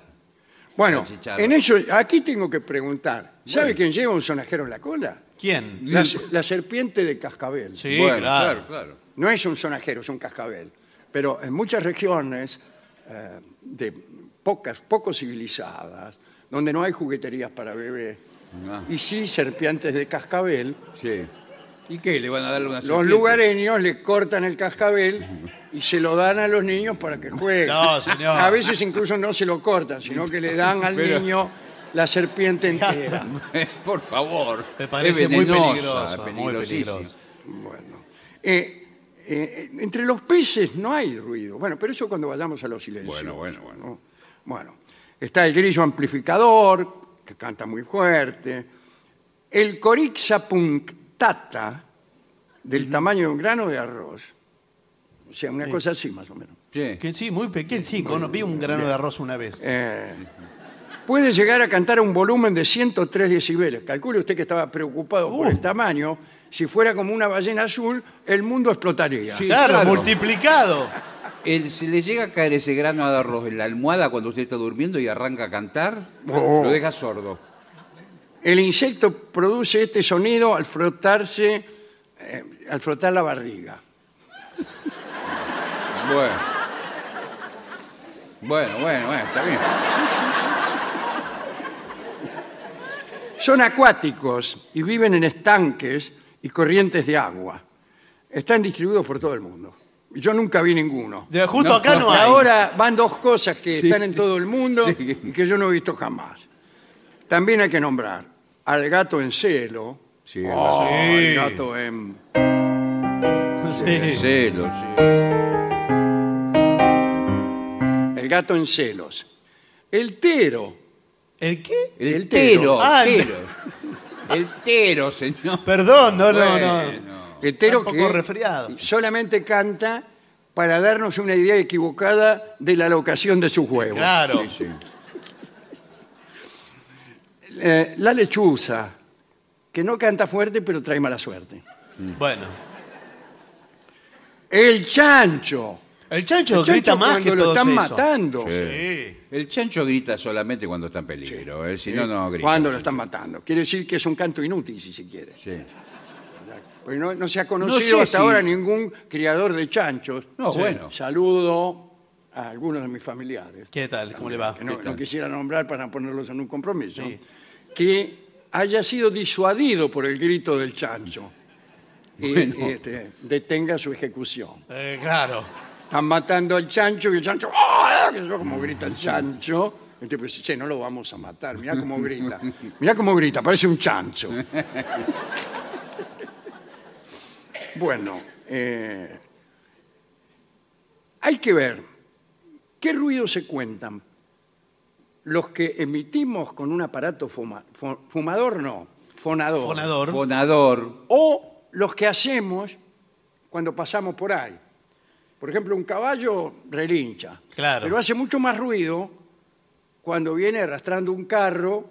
[SPEAKER 1] Bueno,
[SPEAKER 3] La chicharra.
[SPEAKER 1] en eso, aquí tengo que preguntar. ¿Sabe quién lleva un sonajero en la cola?
[SPEAKER 2] ¿Quién?
[SPEAKER 1] La, se- la serpiente de cascabel.
[SPEAKER 2] Sí,
[SPEAKER 3] Bueno,
[SPEAKER 2] claro.
[SPEAKER 3] claro.
[SPEAKER 1] No es un sonajero, es un cascabel. Pero en muchas regiones eh, de pocas, poco civilizadas, donde no hay jugueterías para bebés,
[SPEAKER 3] Ah.
[SPEAKER 1] y sí serpientes de cascabel,
[SPEAKER 3] Sí. ¿Y qué? ¿Le van a darle una
[SPEAKER 1] los
[SPEAKER 3] serpiente?
[SPEAKER 1] lugareños le cortan el cascabel y se lo dan a los niños para que jueguen.
[SPEAKER 2] No, señor.
[SPEAKER 1] A veces incluso no se lo cortan, sino que le dan al
[SPEAKER 3] Pero-
[SPEAKER 1] niño la serpiente entera.
[SPEAKER 3] Eh, Por favor.
[SPEAKER 2] Me parece
[SPEAKER 3] Es
[SPEAKER 2] muy
[SPEAKER 3] venenosa,
[SPEAKER 2] peligroso. Muy
[SPEAKER 3] peligrosísima.
[SPEAKER 2] peligroso.
[SPEAKER 1] Bueno. Eh, eh, entre los peces no hay ruido. Bueno, pero eso cuando vayamos a los silencios.
[SPEAKER 3] Bueno, bueno, bueno.
[SPEAKER 1] ¿no? Bueno, está el grillo amplificador, que canta muy fuerte. El corixa punctata, del tamaño de un grano de arroz. O sea, una cosa así más o menos.
[SPEAKER 3] Sí.
[SPEAKER 2] Que sí, muy pequeño. Sí, con- vi un grano de arroz una vez.
[SPEAKER 1] Eh, puede llegar a cantar a un volumen de 103 decibeles. Calcule usted que estaba preocupado por
[SPEAKER 2] Uh.
[SPEAKER 1] el tamaño. Si fuera como una ballena azul, el mundo explotaría.
[SPEAKER 3] Sí,
[SPEAKER 2] claro,
[SPEAKER 3] claro.
[SPEAKER 2] multiplicado.
[SPEAKER 3] El- si Eh, le llega a caer ese grano de arroz en la almohada cuando usted está durmiendo y arranca a cantar,
[SPEAKER 1] Oh.
[SPEAKER 3] lo deja sordo.
[SPEAKER 1] El insecto produce este sonido al frotarse, eh, al frotar la barriga.
[SPEAKER 3] Bueno. Bueno, bueno, bueno, está bien.
[SPEAKER 1] Son acuáticos y viven en estanques y corrientes de agua. Están distribuidos por todo el mundo. Yo nunca vi ninguno.
[SPEAKER 2] De- justo acá no
[SPEAKER 1] Y
[SPEAKER 2] hay.
[SPEAKER 1] ahora van dos cosas que
[SPEAKER 3] Sí,
[SPEAKER 1] están en
[SPEAKER 3] sí.
[SPEAKER 1] todo el mundo
[SPEAKER 3] Sí.
[SPEAKER 1] y que yo no he visto jamás. También hay que nombrar al gato en celo.
[SPEAKER 3] Ah, Sí,
[SPEAKER 1] Oh, el
[SPEAKER 2] Sí.
[SPEAKER 1] gato en...
[SPEAKER 2] Sí.
[SPEAKER 3] el celo, sí.
[SPEAKER 1] El gato en celos. El tero.
[SPEAKER 2] ¿El qué?
[SPEAKER 3] El,
[SPEAKER 1] El tero.
[SPEAKER 3] tero,
[SPEAKER 2] Ah, el-
[SPEAKER 3] tero. El tero, señor.
[SPEAKER 2] Perdón, no, no, no.
[SPEAKER 3] Bueno.
[SPEAKER 1] Hetero
[SPEAKER 2] Está un
[SPEAKER 1] que
[SPEAKER 2] poco resfriado.
[SPEAKER 1] solamente canta para darnos una idea equivocada de la locación de sus huevos.
[SPEAKER 2] Claro.
[SPEAKER 3] Sí, sí.
[SPEAKER 1] Eh, la lechuza, que no canta fuerte pero trae mala suerte.
[SPEAKER 2] Bueno.
[SPEAKER 1] El chancho.
[SPEAKER 2] El
[SPEAKER 1] El
[SPEAKER 2] chancho,
[SPEAKER 1] chancho
[SPEAKER 2] grita más que
[SPEAKER 1] cuando lo
[SPEAKER 2] todos
[SPEAKER 1] están
[SPEAKER 2] esos.
[SPEAKER 1] matando.
[SPEAKER 2] Sí.
[SPEAKER 3] El chancho grita solamente cuando está en peligro, ¿eh? si no, no grita.
[SPEAKER 1] Cuando lo están matando. Quiere decir que es un canto inútil, si se quiere.
[SPEAKER 3] Sí.
[SPEAKER 1] Porque no, no se ha conocido
[SPEAKER 3] sé
[SPEAKER 1] hasta
[SPEAKER 3] si-
[SPEAKER 1] ahora ningún criador de chanchos.
[SPEAKER 3] No, bueno.
[SPEAKER 1] Saludo a algunos de mis familiares.
[SPEAKER 2] ¿Qué tal? ¿Cómo le va?
[SPEAKER 1] que no, no quisiera nombrar para ponerlos en un compromiso, que haya sido disuadido por el grito del chancho y y, este, detenga su ejecución.
[SPEAKER 2] Eh, claro.
[SPEAKER 1] Están matando al chancho y el chancho, ¡ah! que eso como grita el chancho. El tipo dice, che, no lo vamos a matar, mirá cómo grita, mirá cómo grita, parece un chancho. Bueno, eh, hay que ver qué ruidos se cuentan. Los que emitimos con un aparato fuma- fu- fumador, no, fonador.
[SPEAKER 2] Fonador.
[SPEAKER 3] Fonador.
[SPEAKER 1] O los que hacemos cuando pasamos por ahí. Por ejemplo, un caballo relincha.
[SPEAKER 2] Claro.
[SPEAKER 1] Pero hace mucho más ruido cuando viene arrastrando un carro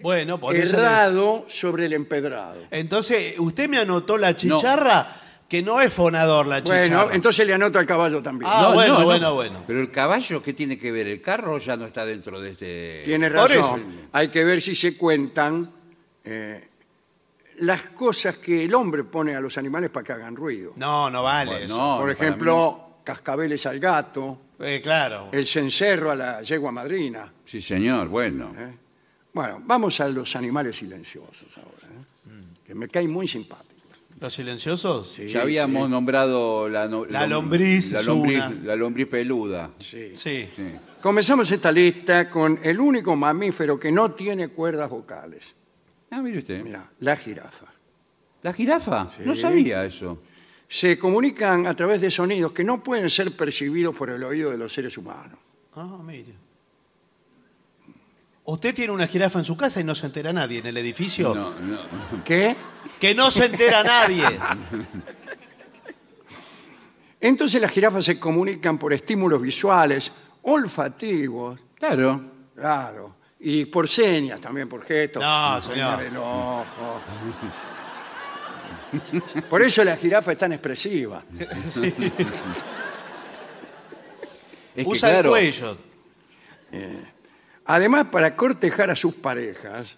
[SPEAKER 2] Bueno, por eso. le-
[SPEAKER 1] errado sobre el empedrado.
[SPEAKER 2] Entonces, usted me anotó la chicharra, que no es fonador la chicharra.
[SPEAKER 1] Bueno, entonces le anoto al caballo también.
[SPEAKER 2] Ah, bueno, bueno, bueno.
[SPEAKER 3] Pero el caballo, ¿qué tiene que ver? El carro ya no está dentro de este.
[SPEAKER 1] Tiene
[SPEAKER 2] por
[SPEAKER 1] razón. Hay que ver si se cuentan eh, las cosas que el hombre pone a los animales para que hagan ruido.
[SPEAKER 2] No, no vale
[SPEAKER 3] Bueno,
[SPEAKER 2] eso.
[SPEAKER 3] no,
[SPEAKER 1] Por
[SPEAKER 3] para
[SPEAKER 1] ejemplo, cascabeles al gato,
[SPEAKER 2] Eh, claro.
[SPEAKER 1] el cencerro a la yegua madrina.
[SPEAKER 3] mí- Sí, señor, bueno.
[SPEAKER 1] ¿eh? Bueno, vamos a los animales silenciosos ahora, ¿eh? que me caen muy simpáticos.
[SPEAKER 2] ¿Los silenciosos?
[SPEAKER 1] Sí,
[SPEAKER 3] ya habíamos nombrado la, no-
[SPEAKER 2] La
[SPEAKER 3] lom-
[SPEAKER 2] lombriz
[SPEAKER 3] la
[SPEAKER 2] es
[SPEAKER 3] lombriz,
[SPEAKER 2] una.
[SPEAKER 3] la lombriz peluda.
[SPEAKER 1] sí.
[SPEAKER 2] Sí.
[SPEAKER 3] Sí.
[SPEAKER 1] Comenzamos esta lista con el único mamífero que no tiene cuerdas vocales.
[SPEAKER 3] Ah, mire usted.
[SPEAKER 1] Mirá, la jirafa.
[SPEAKER 3] La jirafa. No
[SPEAKER 1] Sí.
[SPEAKER 3] sabía eso.
[SPEAKER 1] Se comunican a través de sonidos que no pueden ser percibidos por el oído de los seres humanos.
[SPEAKER 2] Ah, mire. ¿Usted tiene una jirafa en su casa y no se entera nadie en el edificio?
[SPEAKER 3] No, no.
[SPEAKER 1] ¿Qué?
[SPEAKER 2] ¡Que no se entera nadie!
[SPEAKER 1] Entonces las jirafas se comunican por estímulos visuales, olfativos,
[SPEAKER 3] Claro.
[SPEAKER 1] claro, y por señas también, por gestos.
[SPEAKER 2] No,
[SPEAKER 1] Por
[SPEAKER 2] señor.
[SPEAKER 1] guiñar el ojo. Por eso la jirafa es tan expresiva.
[SPEAKER 3] Es
[SPEAKER 2] Usa
[SPEAKER 3] que, claro,
[SPEAKER 2] el cuello.
[SPEAKER 1] Además, para cortejar a sus parejas,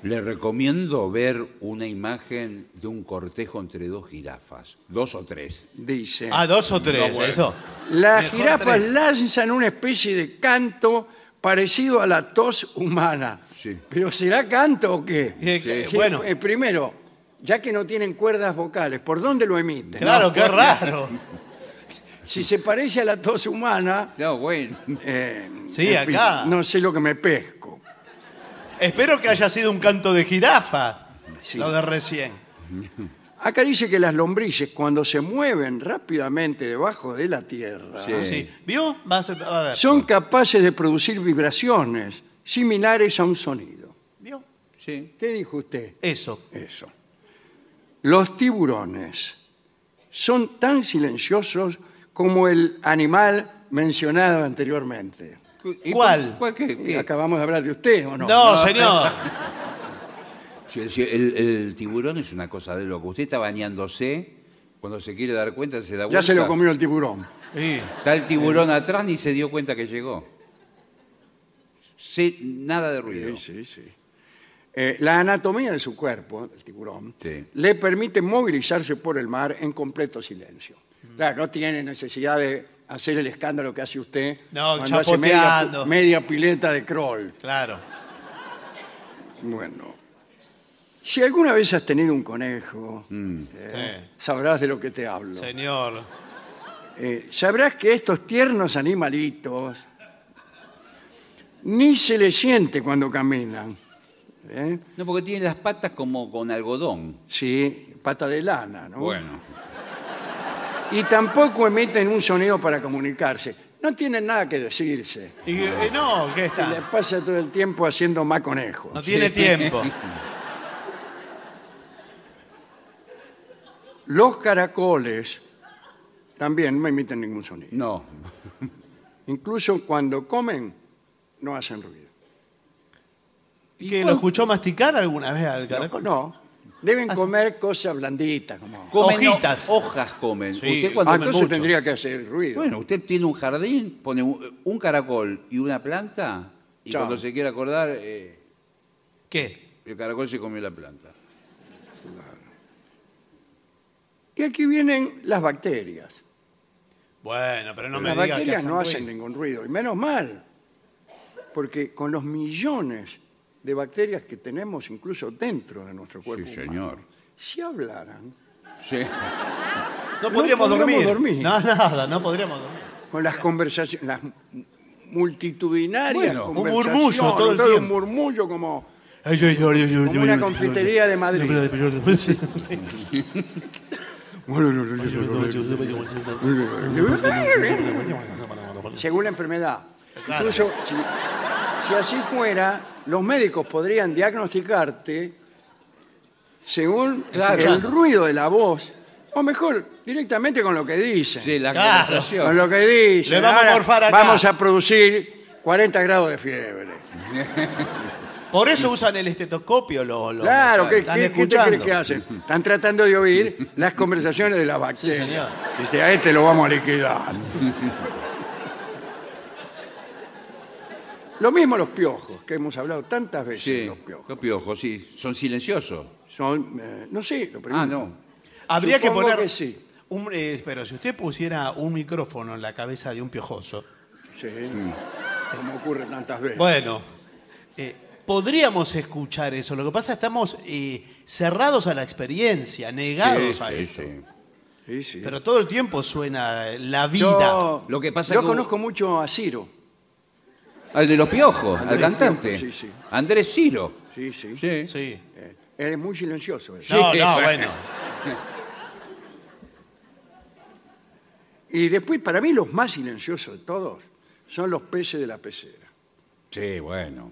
[SPEAKER 3] Le recomiendo ver una imagen de un cortejo entre dos jirafas. Dos o tres. Eh,
[SPEAKER 1] dice...
[SPEAKER 2] Ah, dos o tres, eso.
[SPEAKER 1] Las
[SPEAKER 2] Mejor
[SPEAKER 1] jirafas
[SPEAKER 2] tres.
[SPEAKER 1] lanzan una especie de canto parecido a la tos humana.
[SPEAKER 3] Sí.
[SPEAKER 1] ¿Pero será canto o qué?
[SPEAKER 2] Eh, eh,
[SPEAKER 1] Que,
[SPEAKER 2] Bueno,
[SPEAKER 1] eh, primero, ya que no tienen cuerdas vocales, ¿por dónde lo emiten?
[SPEAKER 2] claro, qué raro.
[SPEAKER 1] Si se parece a la tos humana...
[SPEAKER 3] No, bueno.
[SPEAKER 1] eh,
[SPEAKER 2] Sí,
[SPEAKER 1] en fin,
[SPEAKER 2] acá.
[SPEAKER 1] no sé lo que me pesco.
[SPEAKER 2] Espero que haya sido un canto de jirafa.
[SPEAKER 1] Sí.
[SPEAKER 2] Lo de recién.
[SPEAKER 1] Acá dice que las lombrices, cuando se mueven rápidamente debajo de la tierra,
[SPEAKER 3] Sí.
[SPEAKER 2] Sí. ¿Vio? Va a, ser- va a ver.
[SPEAKER 1] son capaces de producir vibraciones similares a un sonido.
[SPEAKER 2] ¿Vio?
[SPEAKER 3] Sí.
[SPEAKER 1] ¿Qué dijo usted?
[SPEAKER 2] Eso.
[SPEAKER 1] Eso. Los tiburones son tan silenciosos como el animal mencionado anteriormente.
[SPEAKER 3] ¿Y
[SPEAKER 2] ¿Cuál?
[SPEAKER 3] ¿Cuál qué?
[SPEAKER 1] Y
[SPEAKER 3] qué?
[SPEAKER 1] Acabamos de hablar de usted, ¿o no?
[SPEAKER 2] No, señor.
[SPEAKER 3] Sí, sí, el, el tiburón es una cosa de loco. Usted está bañándose, cuando se quiere dar cuenta se da
[SPEAKER 1] Ya
[SPEAKER 3] vuelta.
[SPEAKER 1] se lo comió el tiburón.
[SPEAKER 2] Sí.
[SPEAKER 3] Está el tiburón atrás ni se dio cuenta que llegó. Sí, nada de ruido.
[SPEAKER 1] sí, sí. Eh, la anatomía de su cuerpo, el tiburón,
[SPEAKER 3] Sí.
[SPEAKER 1] le permite movilizarse por el mar en completo silencio.
[SPEAKER 2] Mm.
[SPEAKER 1] Claro, no tiene necesidad de hacer el escándalo que hace usted
[SPEAKER 2] No,
[SPEAKER 1] cuando hace media,
[SPEAKER 2] chapoteando.
[SPEAKER 1] media pileta de crawl.
[SPEAKER 2] Claro.
[SPEAKER 1] Bueno. Si alguna vez has tenido un conejo,
[SPEAKER 3] Mm.
[SPEAKER 1] eh, sabrás de lo que te hablo.
[SPEAKER 2] Sí. Señor.
[SPEAKER 1] Eh, sabrás que estos tiernos animalitos ni se les siente cuando caminan. ¿eh?
[SPEAKER 3] No, porque tiene las patas como con algodón.
[SPEAKER 1] Sí, pata de lana, ¿no?
[SPEAKER 3] Bueno.
[SPEAKER 1] Y tampoco emiten un sonido para comunicarse. No tienen nada que decirse.
[SPEAKER 2] Y, eh, no, ¿qué
[SPEAKER 1] Se les
[SPEAKER 2] está?
[SPEAKER 1] pasa todo el tiempo haciendo más conejos.
[SPEAKER 2] No tiene
[SPEAKER 3] Sí.
[SPEAKER 2] tiempo.
[SPEAKER 1] Los caracoles también no emiten ningún sonido.
[SPEAKER 3] No.
[SPEAKER 1] Incluso cuando comen, no hacen ruido.
[SPEAKER 2] ¿Y que lo escuchó masticar alguna vez al caracol?
[SPEAKER 1] No, deben comer cosas blanditas. Como...
[SPEAKER 3] Comen ho-
[SPEAKER 2] Hojitas.
[SPEAKER 3] Hojas comen.
[SPEAKER 2] Sí.
[SPEAKER 3] Usted
[SPEAKER 1] Ah,
[SPEAKER 3] cuando
[SPEAKER 2] comen
[SPEAKER 1] entonces
[SPEAKER 2] mucho.
[SPEAKER 1] tendría que hacer ruido.
[SPEAKER 3] Bueno, usted tiene un jardín, pone un, un caracol y una planta, y
[SPEAKER 1] Chao.
[SPEAKER 3] cuando se quiere acordar, eh,
[SPEAKER 2] ¿Qué?
[SPEAKER 3] el caracol se comió la planta.
[SPEAKER 1] Y aquí vienen las bacterias.
[SPEAKER 2] Bueno, pero no
[SPEAKER 1] las
[SPEAKER 2] me diga que
[SPEAKER 1] bacterias no hacen
[SPEAKER 2] ruido.
[SPEAKER 1] ningún ruido, y menos mal, porque con los millones de bacterias que tenemos incluso dentro de nuestro cuerpo
[SPEAKER 3] Sí,
[SPEAKER 1] humano,
[SPEAKER 3] señor.
[SPEAKER 1] si hablaran,
[SPEAKER 3] Sí.
[SPEAKER 2] No podríamos,
[SPEAKER 1] No podríamos
[SPEAKER 2] dormir.
[SPEAKER 1] dormir.
[SPEAKER 2] No, nada, no podríamos dormir.
[SPEAKER 1] con las conversaciones, las multitudinarias
[SPEAKER 3] Bueno, un
[SPEAKER 1] conversaciones,
[SPEAKER 2] murmullo todo el
[SPEAKER 1] un
[SPEAKER 2] tiempo.
[SPEAKER 1] murmullo como
[SPEAKER 2] Como
[SPEAKER 1] una confitería de Madrid. según la enfermedad.
[SPEAKER 2] Claro.
[SPEAKER 1] Incluso si, si así fuera, los médicos podrían diagnosticarte según
[SPEAKER 3] Claro.
[SPEAKER 1] el ruido de la voz, o mejor, directamente con lo que dicen.
[SPEAKER 3] Sí, la
[SPEAKER 2] Claro.
[SPEAKER 3] conversación.
[SPEAKER 1] Con lo que dicen.
[SPEAKER 2] Le vamos a
[SPEAKER 1] Ahora
[SPEAKER 2] morfar acá.
[SPEAKER 1] Vamos a producir 40 grados de fiebre.
[SPEAKER 2] Por eso usan el estetoscopio los. los-
[SPEAKER 1] Claro, ¿qué,
[SPEAKER 2] están
[SPEAKER 1] qué- qué te
[SPEAKER 2] escuchando.
[SPEAKER 1] crees que hacen? Están tratando de oír las conversaciones de las bacterias.
[SPEAKER 2] señor.
[SPEAKER 1] Dice, a este lo vamos a liquidar. lo mismo los piojos, que hemos hablado tantas veces de
[SPEAKER 3] Sí,
[SPEAKER 1] los piojos.
[SPEAKER 3] los piojos, sí. Son silenciosos.
[SPEAKER 1] Son, eh, no sé, lo pregunto.
[SPEAKER 3] Ah, no.
[SPEAKER 2] Habría que
[SPEAKER 1] Supongo
[SPEAKER 2] poner.
[SPEAKER 1] que sí.
[SPEAKER 2] un- eh, pero si usted pusiera un micrófono en la cabeza de un piojoso.
[SPEAKER 1] Sí,
[SPEAKER 3] Mm.
[SPEAKER 1] como ocurre tantas veces.
[SPEAKER 2] Bueno, eh, podríamos escuchar eso. Lo que pasa es que estamos eh, cerrados a la experiencia, negados
[SPEAKER 3] Sí,
[SPEAKER 2] a
[SPEAKER 3] sí,
[SPEAKER 2] eso.
[SPEAKER 3] sí.
[SPEAKER 1] Sí, sí.
[SPEAKER 2] Pero todo el tiempo suena eh, la vida.
[SPEAKER 1] yo,
[SPEAKER 3] Lo que pasa
[SPEAKER 1] yo
[SPEAKER 3] que-
[SPEAKER 1] conozco mucho a Ciro.
[SPEAKER 3] Al de los piojos,
[SPEAKER 1] Al
[SPEAKER 3] al,
[SPEAKER 1] de los
[SPEAKER 3] cantante.
[SPEAKER 1] piojos, sí, sí.
[SPEAKER 3] Andrés Ciro.
[SPEAKER 1] Sí, sí.
[SPEAKER 3] Sí.
[SPEAKER 2] Sí.
[SPEAKER 1] Eh, él es muy silencioso. él.
[SPEAKER 2] No,
[SPEAKER 3] Sí,
[SPEAKER 2] no,
[SPEAKER 3] bueno.
[SPEAKER 2] bueno.
[SPEAKER 1] Y después, para mí, los más silenciosos de todos son los peces de la pecera.
[SPEAKER 3] Sí, bueno.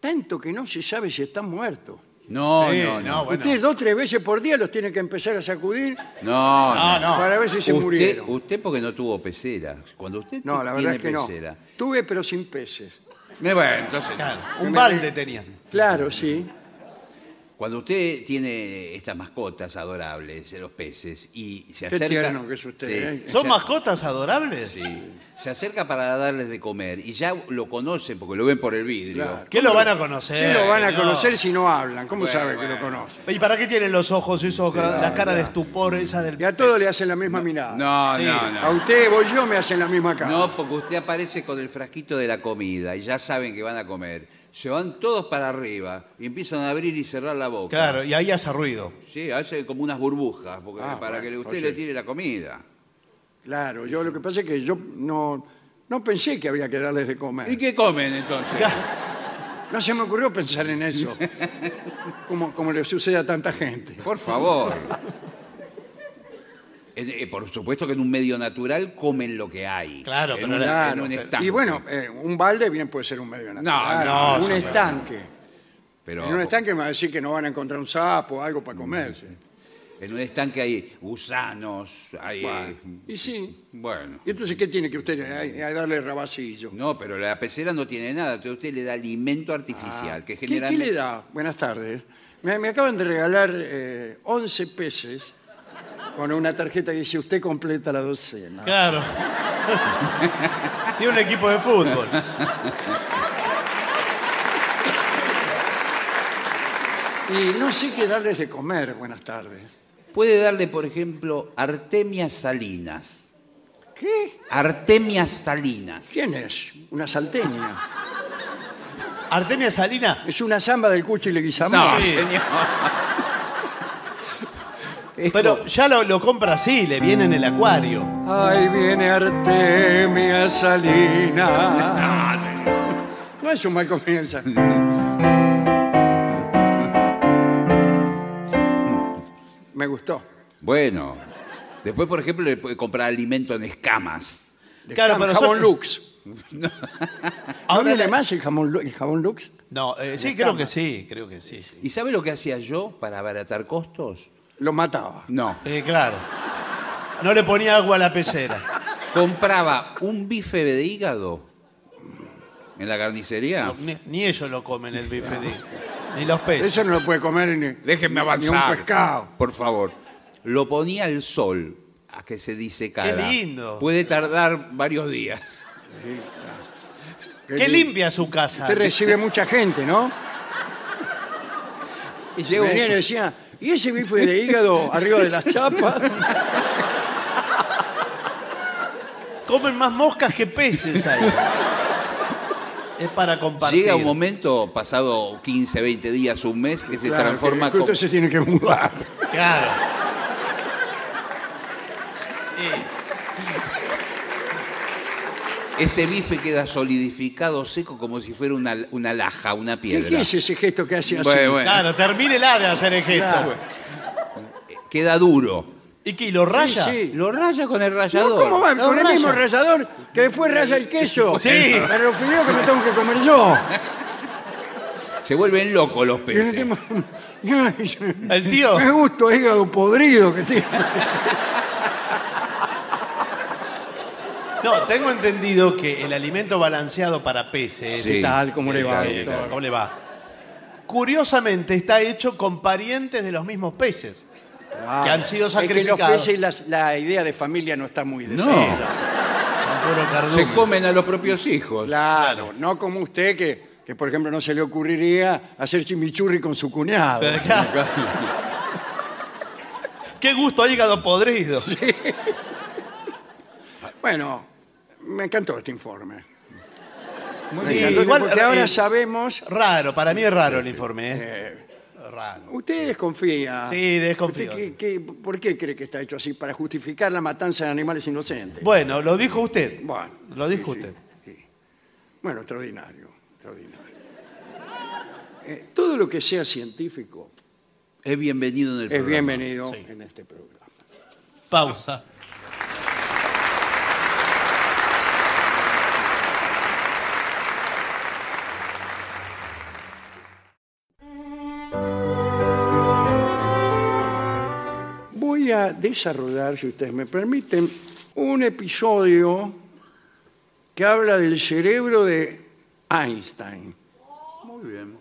[SPEAKER 1] Tanto que no se sabe si están muertos.
[SPEAKER 3] No,
[SPEAKER 2] Sí,
[SPEAKER 3] no, no.
[SPEAKER 2] no, bueno.
[SPEAKER 1] Ustedes dos tres veces por día los tienen que empezar a sacudir
[SPEAKER 3] No,
[SPEAKER 2] No, no.
[SPEAKER 1] para ver si se
[SPEAKER 3] usted,
[SPEAKER 1] murieron.
[SPEAKER 3] usted porque no tuvo pecera. Cuando usted
[SPEAKER 1] no, la verdad
[SPEAKER 3] tiene
[SPEAKER 1] es que
[SPEAKER 3] pecera.
[SPEAKER 1] no. Tuve, pero sin peces.
[SPEAKER 3] Eh, Bueno, entonces.
[SPEAKER 2] Claro,
[SPEAKER 1] Me-
[SPEAKER 2] un balde tenían.
[SPEAKER 1] Claro, sí.
[SPEAKER 3] Cuando usted tiene estas mascotas adorables, los peces, y se
[SPEAKER 1] Qué
[SPEAKER 3] acerca.
[SPEAKER 1] tierno que es usted, ¿eh?
[SPEAKER 3] se
[SPEAKER 2] ¿Son
[SPEAKER 3] ac-
[SPEAKER 2] mascotas adorables?
[SPEAKER 3] sí. Se acerca para darles de comer y ya lo conocen porque lo ven por el vidrio.
[SPEAKER 1] Claro.
[SPEAKER 2] ¿Qué lo van a conocer?
[SPEAKER 1] ¿Qué lo van a
[SPEAKER 2] señor?
[SPEAKER 1] conocer si no hablan? ¿Cómo
[SPEAKER 3] Eh, Bueno,
[SPEAKER 1] sabe que
[SPEAKER 3] bueno.
[SPEAKER 1] lo conocen?
[SPEAKER 2] ¿Y para qué tienen los ojos esos, gra- la cara de estupor esa del...
[SPEAKER 1] Y a todos le hacen la misma mirada.
[SPEAKER 3] No,
[SPEAKER 2] Sí.
[SPEAKER 3] no,
[SPEAKER 1] A
[SPEAKER 3] no.
[SPEAKER 1] usted o yo me hacen la misma cara.
[SPEAKER 3] No, porque usted aparece con el frasquito de la comida y ya saben que van a comer. Se van todos para arriba y empiezan a abrir y cerrar la boca.
[SPEAKER 2] Claro, y ahí hace ruido.
[SPEAKER 3] Sí, hace como unas burbujas porque
[SPEAKER 1] Ah,
[SPEAKER 3] para
[SPEAKER 1] bueno,
[SPEAKER 3] que usted
[SPEAKER 1] pues
[SPEAKER 3] le
[SPEAKER 1] sí.
[SPEAKER 3] tire la comida.
[SPEAKER 1] Claro, yo lo que pasa es que yo no, no pensé que había que darles de comer.
[SPEAKER 3] ¿Y qué comen entonces?
[SPEAKER 1] No se me ocurrió pensar en eso. como, como le sucede a tanta gente.
[SPEAKER 3] Por favor. En- eh, Por supuesto que en un medio natural comen lo que hay.
[SPEAKER 2] Claro,
[SPEAKER 3] En
[SPEAKER 2] pero
[SPEAKER 3] un-
[SPEAKER 1] Claro,
[SPEAKER 3] en un
[SPEAKER 1] pero-
[SPEAKER 3] estanque.
[SPEAKER 1] Y bueno, eh, un balde bien puede ser un medio natural.
[SPEAKER 2] no,
[SPEAKER 1] un
[SPEAKER 2] señor.
[SPEAKER 1] estanque.
[SPEAKER 3] Pero
[SPEAKER 1] en un estanque me va a decir que no van a encontrar un sapo o algo para comerse.
[SPEAKER 3] en un estanque hay gusanos, hay... eh,
[SPEAKER 1] Bueno, Y sí.
[SPEAKER 3] Bueno.
[SPEAKER 1] ¿Y entonces qué tiene que usted eh, eh, darle rabacillo?
[SPEAKER 3] No, pero la pecera no tiene nada. Entonces usted le da alimento artificial. que
[SPEAKER 1] Ah. ¿Qué- ¿Qué,
[SPEAKER 3] generalmente...
[SPEAKER 1] le da? Buenas tardes. Me, me acaban de regalar eh, 11 peces con una tarjeta que dice usted completa la docena.
[SPEAKER 2] Claro. Tiene un equipo de fútbol.
[SPEAKER 1] Y no sé qué darles de comer, buenas tardes.
[SPEAKER 3] Puede darle, por ejemplo, artemias salinas.
[SPEAKER 1] ¿Qué?
[SPEAKER 3] Artemias salinas.
[SPEAKER 1] ¿Quién es? Una salteña.
[SPEAKER 2] Artemia Salina.
[SPEAKER 1] Es una samba del Cuchi Leguizamón.
[SPEAKER 3] No,
[SPEAKER 2] Sí.
[SPEAKER 3] señor. Es
[SPEAKER 2] Pero ya lo, lo compra así, le viene en el acuario.
[SPEAKER 1] Ahí viene Artemia Salina. No es un mal comienzo. Me gustó.
[SPEAKER 3] Bueno, después, por ejemplo, le puede comprar alimento en escamas.
[SPEAKER 1] De
[SPEAKER 2] Claro,
[SPEAKER 1] jam-
[SPEAKER 2] pero
[SPEAKER 1] jamón
[SPEAKER 2] son-
[SPEAKER 1] Lux. ¿No
[SPEAKER 2] Ahora
[SPEAKER 1] viene
[SPEAKER 2] la-
[SPEAKER 1] más el jamón, Lu- el jabón Lux?
[SPEAKER 2] No, eh, sí, creo que sí, creo que sí.
[SPEAKER 3] ¿Y sabe lo que hacía yo para abaratar costos?
[SPEAKER 1] Lo mataba.
[SPEAKER 3] No.
[SPEAKER 2] Eh, claro. No le ponía agua a la pecera.
[SPEAKER 3] Compraba un bife de hígado en la carnicería.
[SPEAKER 2] Ni, ni ellos lo comen el bife de- Ni los peces.
[SPEAKER 1] Eso no lo puede comer ni,
[SPEAKER 3] Déjenme
[SPEAKER 1] ni
[SPEAKER 3] avanzar.
[SPEAKER 1] un pescado.
[SPEAKER 3] Por favor. Lo ponía al sol a que se disecara.
[SPEAKER 2] Qué lindo.
[SPEAKER 3] Puede tardar varios días.
[SPEAKER 2] Qué limpia su casa.
[SPEAKER 1] Usted recibe mucha gente, ¿no?
[SPEAKER 3] Y llega un-
[SPEAKER 1] Venía y le decía, ¿y ese bife de hígado arriba de las chapas?
[SPEAKER 2] Comen más moscas que peces ahí. es para compartir.
[SPEAKER 3] llega un momento, pasado 15, 20 días, un mes, que se
[SPEAKER 1] Claro,
[SPEAKER 3] transforma
[SPEAKER 1] que- que
[SPEAKER 3] co-
[SPEAKER 1] Usted se tiene que mudar.
[SPEAKER 2] Claro.
[SPEAKER 3] Ese bife queda solidificado, seco, como si fuera una, una laja, una
[SPEAKER 1] ¿Qué,
[SPEAKER 3] piedra.
[SPEAKER 1] qué es ese gesto que hace así?
[SPEAKER 3] Bueno, bueno.
[SPEAKER 2] Claro, termínela de hacer el gesto.
[SPEAKER 1] Claro.
[SPEAKER 3] Queda duro.
[SPEAKER 2] ¿Y qué? ¿Lo raya?
[SPEAKER 1] Sí.
[SPEAKER 3] Lo raya con el
[SPEAKER 1] No,
[SPEAKER 3] rallador.
[SPEAKER 1] ¿Cómo va?
[SPEAKER 2] No,
[SPEAKER 1] Con el
[SPEAKER 2] raya.
[SPEAKER 1] mismo rallador que después raya el queso.
[SPEAKER 2] Sí.
[SPEAKER 1] Para los fideos que me tengo que comer yo.
[SPEAKER 3] Se vuelven locos los
[SPEAKER 1] Y en el
[SPEAKER 3] peces.
[SPEAKER 1] tema-
[SPEAKER 2] El tío.
[SPEAKER 1] Me gusto hígado podrido que tiene.
[SPEAKER 2] No, tengo entendido que el alimento balanceado para peces. eh,
[SPEAKER 3] Sí.
[SPEAKER 1] ¿Qué tal? ¿Cómo le va?
[SPEAKER 3] Sí,
[SPEAKER 1] doctor?
[SPEAKER 2] ¿Cómo le va? Curiosamente está hecho con parientes de los mismos peces.
[SPEAKER 1] Ah,
[SPEAKER 2] Que han sido
[SPEAKER 1] es que
[SPEAKER 2] sacrificados.
[SPEAKER 1] los peces, las- la idea de familia no está muy
[SPEAKER 3] No,
[SPEAKER 1] deseada.
[SPEAKER 2] Son puro cardumen.
[SPEAKER 3] se comen a los propios hijos.
[SPEAKER 1] Claro, no como usted que, que, por ejemplo, no se le ocurriría hacer chimichurri con su cuñado.
[SPEAKER 2] Pero acá- Qué gusto ha llegado podrido.
[SPEAKER 1] Bueno, me encantó este informe.
[SPEAKER 2] Muy
[SPEAKER 1] Me
[SPEAKER 2] bien.
[SPEAKER 1] encantó, este
[SPEAKER 2] igual,
[SPEAKER 1] porque
[SPEAKER 2] eh,
[SPEAKER 1] ahora sabemos,
[SPEAKER 2] Raro, para mí es raro el informe. ¿eh?
[SPEAKER 1] eh,
[SPEAKER 2] Raro.
[SPEAKER 1] usted desconfía.
[SPEAKER 2] Sí, desconfío.
[SPEAKER 1] ¿Usted qué- qué- ¿Por qué cree que está hecho así? Para justificar la matanza de animales inocentes.
[SPEAKER 2] Bueno, lo dijo usted.
[SPEAKER 1] Bueno,
[SPEAKER 2] Lo dijo
[SPEAKER 1] sí, sí,
[SPEAKER 2] usted.
[SPEAKER 1] sí. Bueno, extraordinario, extraordinario. Eh, todo lo que sea científico
[SPEAKER 3] Es bienvenido en el
[SPEAKER 1] es
[SPEAKER 3] programa.
[SPEAKER 1] bienvenido
[SPEAKER 2] sí.
[SPEAKER 1] en este programa.
[SPEAKER 2] Pausa.
[SPEAKER 1] Voy a desarrollar, si ustedes me permiten, un episodio que habla del cerebro de Einstein.
[SPEAKER 3] Muy bien.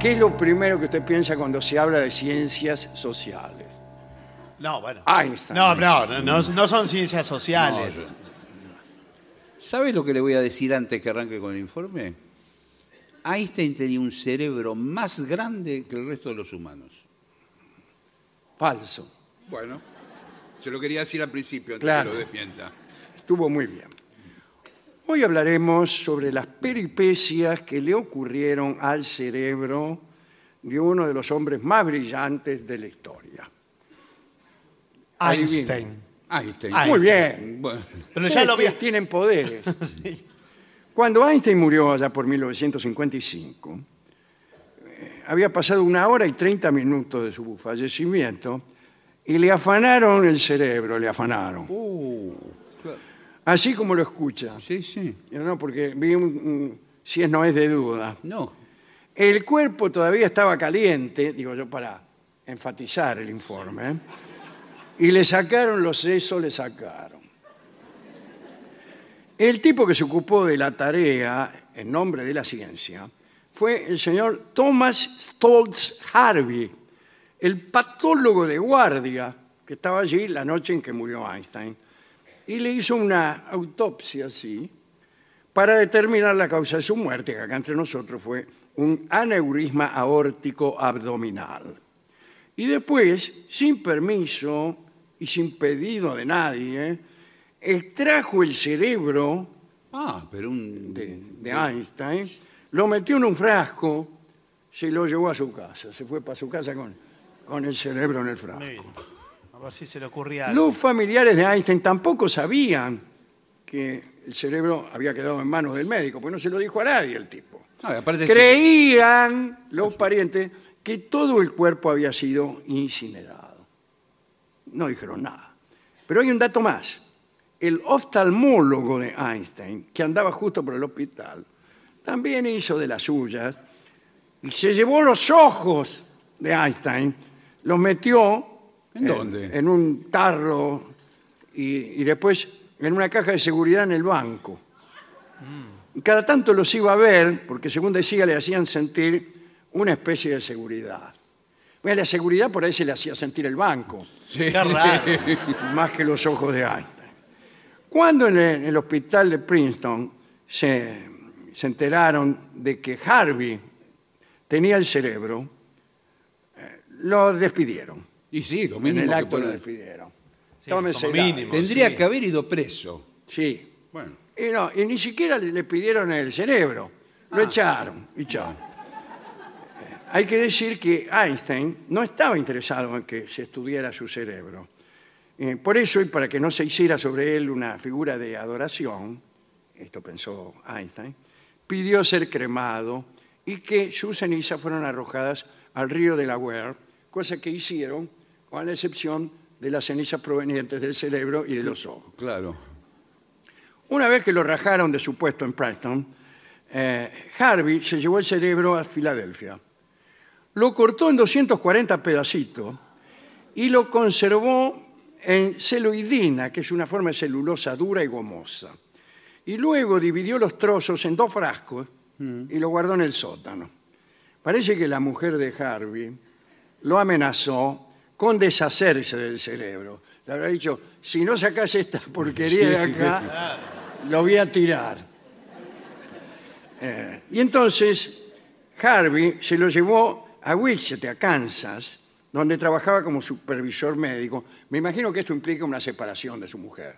[SPEAKER 1] ¿Qué es lo primero que usted piensa cuando se habla de ciencias sociales?
[SPEAKER 2] No, bueno.
[SPEAKER 1] Einstein.
[SPEAKER 2] No, no, no, no- no son ciencias sociales.
[SPEAKER 3] No, ¿Sabe lo que le voy a decir antes que arranque con el informe? Einstein tenía un cerebro más grande que el resto de los humanos.
[SPEAKER 1] Falso.
[SPEAKER 4] Bueno, se lo quería decir al principio, antes
[SPEAKER 1] Claro.
[SPEAKER 4] que lo despienta.
[SPEAKER 1] Estuvo muy bien. Hoy hablaremos sobre las peripecias que le ocurrieron al cerebro de uno de los hombres más brillantes de la historia.
[SPEAKER 2] Einstein.
[SPEAKER 3] Einstein.
[SPEAKER 2] Einstein.
[SPEAKER 1] Muy bien.
[SPEAKER 3] Bueno,
[SPEAKER 2] Pero ya lo vi.
[SPEAKER 1] Ustedes Tienen poderes. Cuando Einstein murió allá por 1955, eh, había pasado una hora y 30 minutos de su fallecimiento y le afanaron el cerebro, le afanaron.
[SPEAKER 2] Uh,
[SPEAKER 1] Así como lo escucha.
[SPEAKER 3] sí, sí.
[SPEAKER 1] Yo no, porque vi un, un- si es no es de duda.
[SPEAKER 3] No.
[SPEAKER 1] El cuerpo todavía estaba caliente, digo yo para enfatizar el informe, ¿eh? y le sacaron los sesos, le sacaron. El tipo que se ocupó de la tarea en nombre de la ciencia fue el señor Thomas Stoltz Harvey, el patólogo de guardia que estaba allí la noche en que murió Einstein, y le hizo una autopsia así para determinar la causa de su muerte, que acá entre nosotros fue un aneurisma aórtico abdominal. Y después, sin permiso y sin pedido de nadie, extrajo el cerebro
[SPEAKER 3] Ah, pero un...
[SPEAKER 1] de, de Einstein, lo metió en un frasco, se lo llevó a su casa, se fue para su casa con, con el cerebro en el frasco.
[SPEAKER 2] Muy bien. A ver si se le ocurría algo.
[SPEAKER 1] Los familiares de Einstein tampoco sabían que el cerebro había quedado en manos del médico, porque no se lo dijo a nadie el tipo.
[SPEAKER 3] Ah, aparte se-
[SPEAKER 1] Creían los parientes que todo el cuerpo había sido incinerado. No dijeron nada. Pero hay un dato más. El oftalmólogo de Einstein, que andaba justo por el hospital, también hizo de las suyas y se llevó los ojos de Einstein, los metió
[SPEAKER 3] ¿En dónde?
[SPEAKER 1] en un tarro y, y después en una caja de seguridad en el banco.
[SPEAKER 3] Mm.
[SPEAKER 1] Y Cada tanto los iba a ver, porque según decía, le hacían sentir una especie de seguridad. Bueno, la seguridad por ahí se le hacía sentir el banco,
[SPEAKER 2] Qué raro.
[SPEAKER 1] más que los ojos de Einstein. Cuando en el, el hospital de Princeton se, se enteraron de que Harvey tenía el cerebro, eh, lo despidieron.
[SPEAKER 3] Y sí, lo
[SPEAKER 1] En
[SPEAKER 3] mínimo
[SPEAKER 1] el
[SPEAKER 3] que
[SPEAKER 1] acto
[SPEAKER 3] puede-
[SPEAKER 1] lo despidieron.
[SPEAKER 2] Sí,
[SPEAKER 1] Tómese
[SPEAKER 2] como
[SPEAKER 1] el
[SPEAKER 2] mínimo.
[SPEAKER 3] Tendría
[SPEAKER 2] Sí.
[SPEAKER 3] que haber ido preso.
[SPEAKER 1] Sí.
[SPEAKER 3] Bueno.
[SPEAKER 1] Y, no, y ni siquiera le, le pidieron el cerebro. Lo echaron y chao. Eh, Hay que decir que Einstein no estaba interesado en que se estudiara su cerebro. Eh, por eso, y para que no se hiciera sobre él una figura de adoración, esto pensó Einstein, pidió ser cremado y que sus cenizas fueron arrojadas al río Delaware, cosa que hicieron con la excepción de las cenizas provenientes del cerebro y de los ojos.
[SPEAKER 3] Claro.
[SPEAKER 1] Una vez que lo rajaron de su puesto en Preston, eh, Harvey se llevó el cerebro a Filadelfia. Lo cortó en 240 pedacitos y lo conservó en celoidina, que es una forma de celulosa dura y gomosa. Y luego dividió los trozos en dos frascos y lo guardó en el sótano. Parece que la mujer de Harvey lo amenazó con deshacerse del cerebro. Le habrá dicho, si no sacas esta porquería de acá, lo voy a tirar. Eh, y entonces Harvey se lo llevó a Wichita, a Kansas, donde trabajaba como supervisor médico. Me imagino que esto implica una separación de su mujer.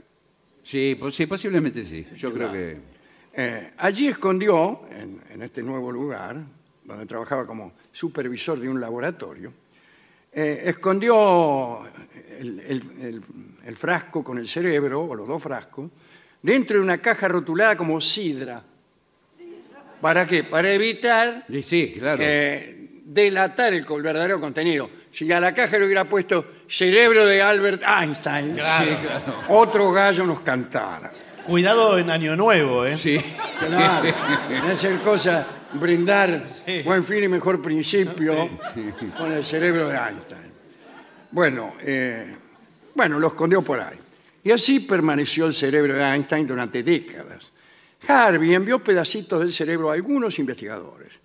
[SPEAKER 3] Sí, pos- sí, posiblemente sí. Yo creo que.
[SPEAKER 1] Eh, allí escondió, en, en este nuevo lugar, donde trabajaba como supervisor de un laboratorio, eh, escondió el, el- el- el frasco con el cerebro, o los dos frascos, dentro de una caja rotulada como sidra. ¿Para qué? Para evitar
[SPEAKER 3] Sí, sí, claro.
[SPEAKER 1] eh, delatar el co- verdadero contenido. Si a la caja le hubiera puesto cerebro de Albert Einstein,
[SPEAKER 2] Claro.
[SPEAKER 1] otro gallo nos cantara.
[SPEAKER 2] Cuidado en Año Nuevo, ¿eh?
[SPEAKER 3] Sí.
[SPEAKER 1] Claro, no hacer cosas, brindar
[SPEAKER 2] Sí.
[SPEAKER 1] buen fin y mejor principio con el cerebro de Einstein. Bueno, eh, bueno, lo escondió por ahí. Y así permaneció el cerebro de Einstein durante décadas. Harvey envió pedacitos del cerebro a algunos investigadores.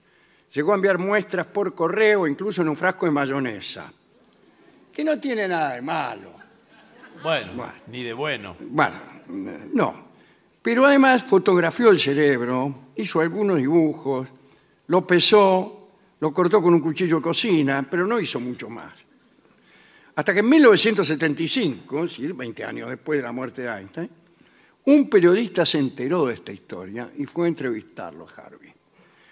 [SPEAKER 1] Llegó a enviar muestras por correo, incluso en un frasco de mayonesa, que no tiene nada de malo.
[SPEAKER 2] Bueno,
[SPEAKER 1] Bueno.
[SPEAKER 2] ni de bueno.
[SPEAKER 1] Bueno, no. Pero además fotografió el cerebro, hizo algunos dibujos, lo pesó, lo cortó con un cuchillo de cocina, pero no hizo mucho más. Hasta que en 1975, es decir, 20 años después de la muerte de Einstein, un periodista se enteró de esta historia y fue a entrevistarlo a Harvey.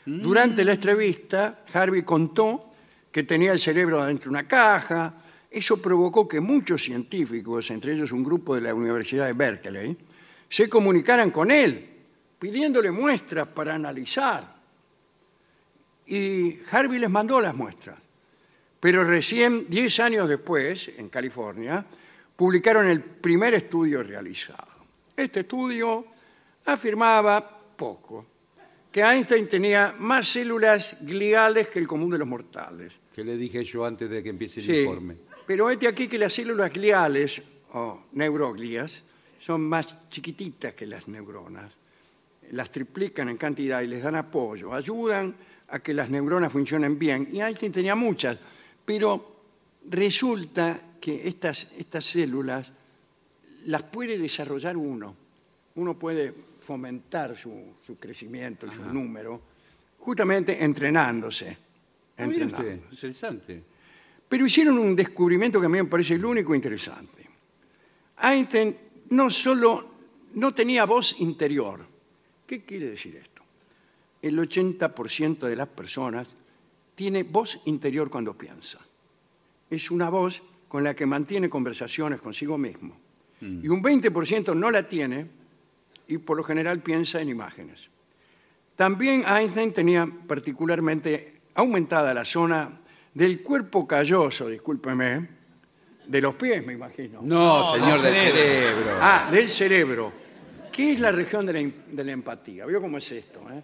[SPEAKER 1] Durante la entrevista, Harvey contó que tenía el cerebro dentro de una caja. Eso provocó que muchos científicos, entre ellos un grupo de la Universidad de Berkeley, se comunicaran con él, pidiéndole muestras para analizar. Y Harvey les mandó las muestras. Pero recién, 10 años después, en California, publicaron el primer estudio realizado. Este estudio afirmaba poco, que Einstein tenía más células gliales que el común de los mortales.
[SPEAKER 3] Que le dije yo antes de que empiece el
[SPEAKER 1] Sí,
[SPEAKER 3] informe.
[SPEAKER 1] Pero este aquí que las células gliales o neuroglias son más chiquititas que las neuronas. Las triplican en cantidad y les dan apoyo, ayudan a que las neuronas funcionen bien. Y Einstein tenía muchas, pero resulta que estas, estas células las puede desarrollar uno. Uno puede fomentar su, su crecimiento y su número justamente entrenándose.
[SPEAKER 3] Ah, mire
[SPEAKER 1] Entrenándose.
[SPEAKER 3] usted, interesante.
[SPEAKER 1] Pero hicieron un descubrimiento que a mí me parece el único interesante. Einstein no solo no tenía voz interior. ¿Qué quiere decir esto? El 80% de las personas tiene voz interior cuando piensa. Es una voz con la que mantiene conversaciones consigo mismo. Y un 20% no la tiene y por lo general piensa en imágenes. También Einstein tenía particularmente aumentada la zona del cuerpo calloso, discúlpeme, de los pies, me imagino.
[SPEAKER 3] No,
[SPEAKER 2] No,
[SPEAKER 3] señor
[SPEAKER 2] no,
[SPEAKER 3] del
[SPEAKER 2] cerebro.
[SPEAKER 3] cerebro.
[SPEAKER 1] Ah, del cerebro. ¿Qué es la región de la, em- de la empatía? ¿Vio cómo es esto? eh?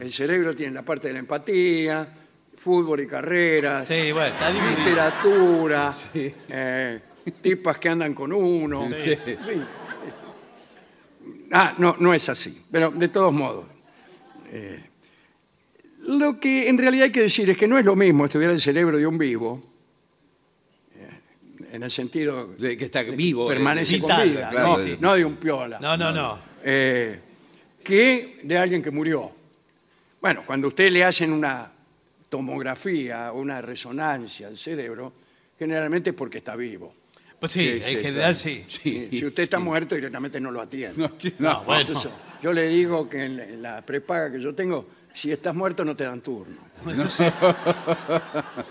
[SPEAKER 1] El cerebro tiene la parte de la empatía, fútbol y carreras,
[SPEAKER 2] Sí, bueno, está dividido.
[SPEAKER 1] literatura, eh, tipas que andan con uno. En fin, es- Ah, no, no es así. Pero de todos modos. eh, lo que en realidad hay que decir es que no es lo mismo estudiar el cerebro de un vivo, eh, en el sentido
[SPEAKER 3] De que está vivo. eh,
[SPEAKER 1] permanece
[SPEAKER 2] vital,
[SPEAKER 1] con vida,
[SPEAKER 3] claro,
[SPEAKER 1] no,
[SPEAKER 3] sí.
[SPEAKER 1] no de un piola,
[SPEAKER 2] No, no, no.
[SPEAKER 1] eh, que de alguien que murió. Bueno, cuando usted le hacen una tomografía o una resonancia al cerebro, generalmente es porque está vivo.
[SPEAKER 2] Pues sí,
[SPEAKER 3] Sí,
[SPEAKER 2] en
[SPEAKER 3] sí,
[SPEAKER 2] general
[SPEAKER 3] claro.
[SPEAKER 2] sí.
[SPEAKER 3] Sí,
[SPEAKER 1] si usted está muerto, directamente no lo atiende.
[SPEAKER 3] No, sí, no.
[SPEAKER 2] No, bueno.
[SPEAKER 1] Entonces, yo le digo que en la- en la prepaga que yo tengo, si estás muerto no te dan turno.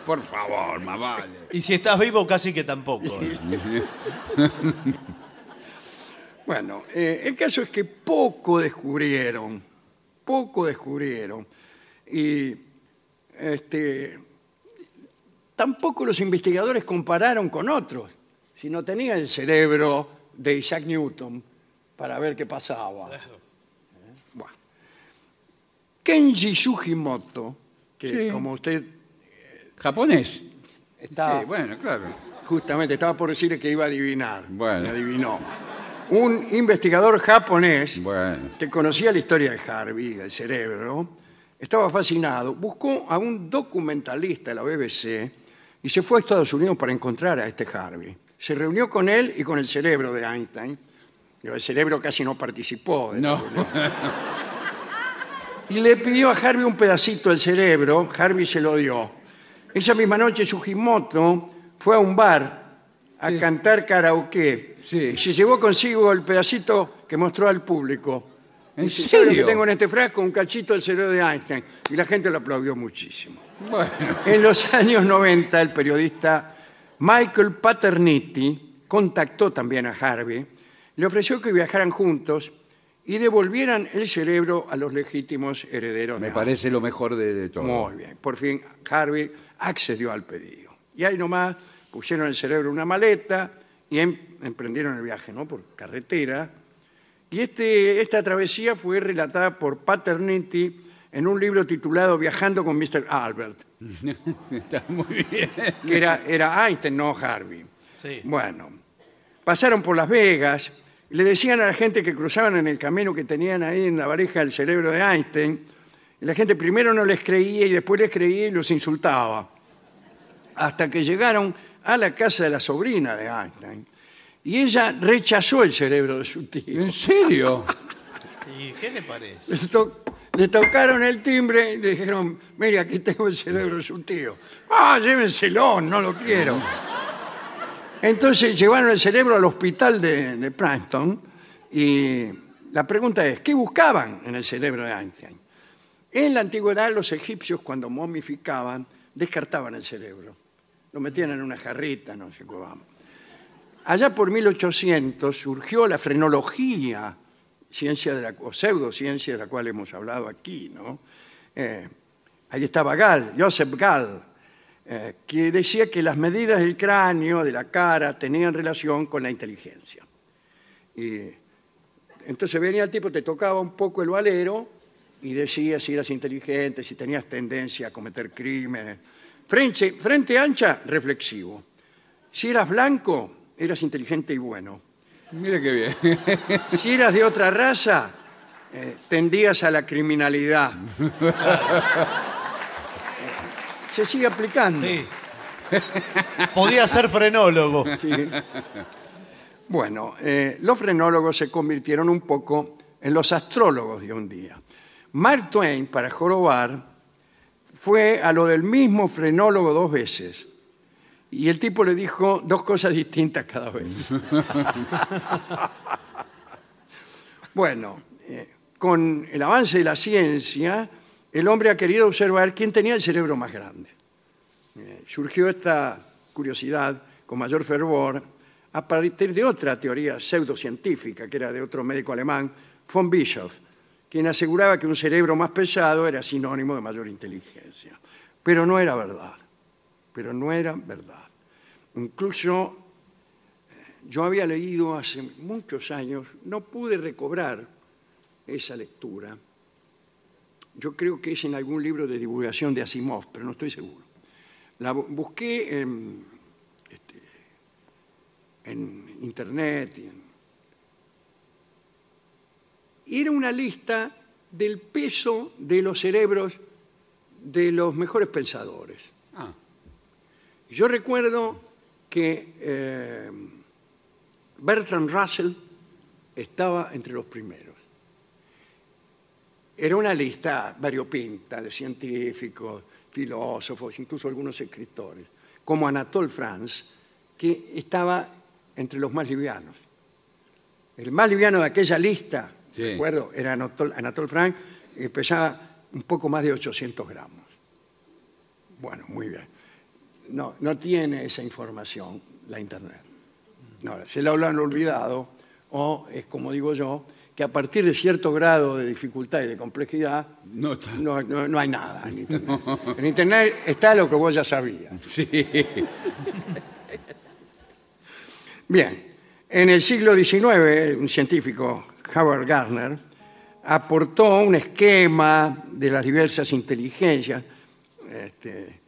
[SPEAKER 3] Por favor, más vale.
[SPEAKER 2] Y si estás vivo, casi que tampoco. ¿eh?
[SPEAKER 1] Bueno, eh, el caso es que poco descubrieron, poco descubrieron. Y este, tampoco los investigadores compararon con otros, si no tenía el cerebro de Isaac Newton para ver qué pasaba. ¿Eh? Bueno. Kenji Sugimoto, que
[SPEAKER 3] Sí.
[SPEAKER 1] como usted
[SPEAKER 3] ¿Japonés?
[SPEAKER 1] está
[SPEAKER 3] Sí, bueno, claro.
[SPEAKER 1] Justamente, estaba por decir que iba a adivinar.
[SPEAKER 3] Bueno.
[SPEAKER 1] Y adivinó. Un investigador
[SPEAKER 3] Mm.
[SPEAKER 1] japonés
[SPEAKER 3] Bueno.
[SPEAKER 1] que conocía la historia de Harvey, del cerebro, estaba fascinado. Buscó a un documentalista de la BBC y se fue a Estados Unidos para encontrar a este Harvey. Se reunió con él y con el cerebro de Einstein. El cerebro casi no participó. de la
[SPEAKER 3] No.
[SPEAKER 1] y le pidió a Harvey un pedacito del cerebro, Harvey se lo dio. Esa misma noche Sugimoto fue a un bar a cantar karaoke
[SPEAKER 3] Sí.
[SPEAKER 1] y se llevó consigo el pedacito que mostró al público.
[SPEAKER 3] ¿En
[SPEAKER 1] Dice, "¿Sabe lo que
[SPEAKER 3] serio?
[SPEAKER 1] tengo en este frasco? Un cachito del cerebro de Einstein. Y la gente lo aplaudió muchísimo.
[SPEAKER 3] Bueno.
[SPEAKER 1] En los años 90, el periodista Michael Paterniti contactó también a Harvey, le ofreció que viajaran juntos y devolvieran el cerebro a los legítimos herederos.
[SPEAKER 3] Me
[SPEAKER 1] de
[SPEAKER 3] parece lo mejor de, de todo.
[SPEAKER 1] Harvey. Muy bien. Por fin, Harvey accedió al pedido. Y ahí nomás pusieron el cerebro en una maleta y em- emprendieron el viaje ¿no? por carretera. Y este, esta travesía fue relatada por Paterniti en un libro titulado Viajando con Mr. Albert
[SPEAKER 3] Está muy bien.
[SPEAKER 1] que era, era Einstein, no Harvey.
[SPEAKER 2] Sí.
[SPEAKER 1] Bueno, pasaron por Las Vegas, le decían a la gente que cruzaban en el camino que tenían ahí en la valija el cerebro de Einstein, y la gente primero no les creía y después les creía y los insultaba, hasta que llegaron a la casa de la sobrina de Einstein. Y ella rechazó el cerebro de su tío.
[SPEAKER 3] ¿En serio?
[SPEAKER 2] ¿Y qué le parece?
[SPEAKER 1] Le, to- le tocaron el timbre y le dijeron, mire, aquí tengo el cerebro de su tío. Ah, llévenselo, no lo quiero. Entonces llevaron el cerebro al hospital de, de Princeton y la pregunta es, ¿qué buscaban en el cerebro de Einstein? En la antigüedad los egipcios cuando momificaban descartaban el cerebro. Lo metían en una jarrita, no sé cómo. Allá por 1800 surgió la frenología, ciencia de la, o pseudociencia de la cual hemos hablado aquí, ¿no? Eh, ahí estaba Gall, Joseph Gall, eh, que decía que las medidas del cráneo, de la cara, tenían relación con la inteligencia. Y entonces venía el tipo, te tocaba un poco el valero y decía si eras inteligente, si tenías tendencia a cometer crímenes. Frente, frente ancha, reflexivo. Si eras blanco, eras inteligente y bueno.
[SPEAKER 3] Mire qué bien.
[SPEAKER 1] Si eras de otra raza, eh, tendías a la criminalidad. Se sigue aplicando.
[SPEAKER 2] Sí. Podía ser frenólogo.
[SPEAKER 1] Sí. Bueno, eh, los frenólogos se convirtieron un poco en los astrólogos de un día. Mark Twain, para jorobar, fue a lo del mismo frenólogo dos veces. Y el tipo le dijo dos cosas distintas cada vez. bueno, eh, con el avance de la ciencia, el hombre ha querido observar quién tenía el cerebro más grande surgió esta curiosidad con mayor fervor a partir de otra teoría pseudocientífica, que era de otro médico alemán, von Bischoff, quien aseguraba que un cerebro más pesado era sinónimo de mayor inteligencia. Pero no era verdad, pero no era verdad. Incluso eh, yo había leído hace muchos años, no pude recobrar esa lectura. Yo creo que es en algún libro de divulgación de Asimov, pero no estoy seguro. La bu- busqué en, este, en internet. y en- y Era una lista del peso de los cerebros de los mejores pensadores.
[SPEAKER 3] Ah.
[SPEAKER 1] Yo recuerdo que eh, Bertrand Russell estaba entre los primeros. Era una lista variopinta de científicos, filósofos, incluso algunos escritores, como Anatole France, que estaba entre los más livianos. El más liviano de aquella lista,
[SPEAKER 3] Sí.
[SPEAKER 1] de acuerdo, era Anatole, Anatole France, y pesaba un poco más de 800 gramos. Bueno, muy bien. No, no tiene esa información la Internet. No, se la habrán olvidado o es como digo yo, que a partir de cierto grado de dificultad y de complejidad
[SPEAKER 3] No está.
[SPEAKER 1] no, no- no hay nada en Internet. En Internet está lo que vos ya sabías.
[SPEAKER 3] Sí.
[SPEAKER 1] Bien, en el siglo XIX, un científico, Howard Gardner, aportó un esquema de las diversas inteligencias este,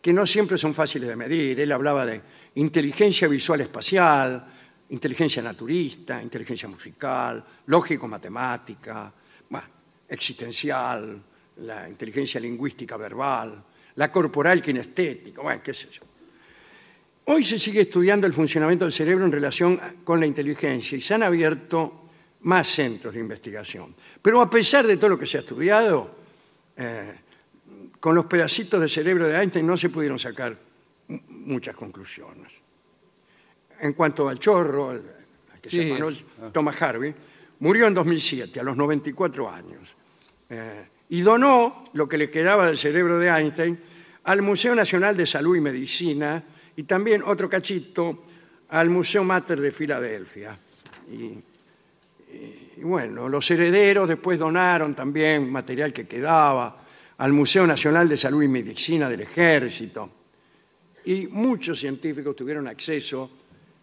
[SPEAKER 1] que no siempre son fáciles de medir. Él hablaba de inteligencia visual espacial, inteligencia naturista, inteligencia musical, lógico-matemática, bah, existencial, la inteligencia lingüística verbal, la corporal kinestética, bueno, qué sé yo. Hoy se sigue estudiando el funcionamiento del cerebro en relación con la inteligencia y se han abierto más centros de investigación. Pero a pesar de todo lo que se ha estudiado, eh, con los pedacitos de cerebro de Einstein no se pudieron sacar mu- muchas conclusiones. En cuanto al chorro, al al que se
[SPEAKER 3] Sí.
[SPEAKER 1] afanó Thomas Harvey, murió en 2007, a los 94 años, eh, y donó lo que le quedaba del cerebro de Einstein al Museo Nacional de Salud y Medicina y también otro cachito al Museo Mater de Filadelfia. Y y bueno, los herederos después donaron también material que quedaba al Museo Nacional de Salud y Medicina del Ejército. Y muchos científicos tuvieron acceso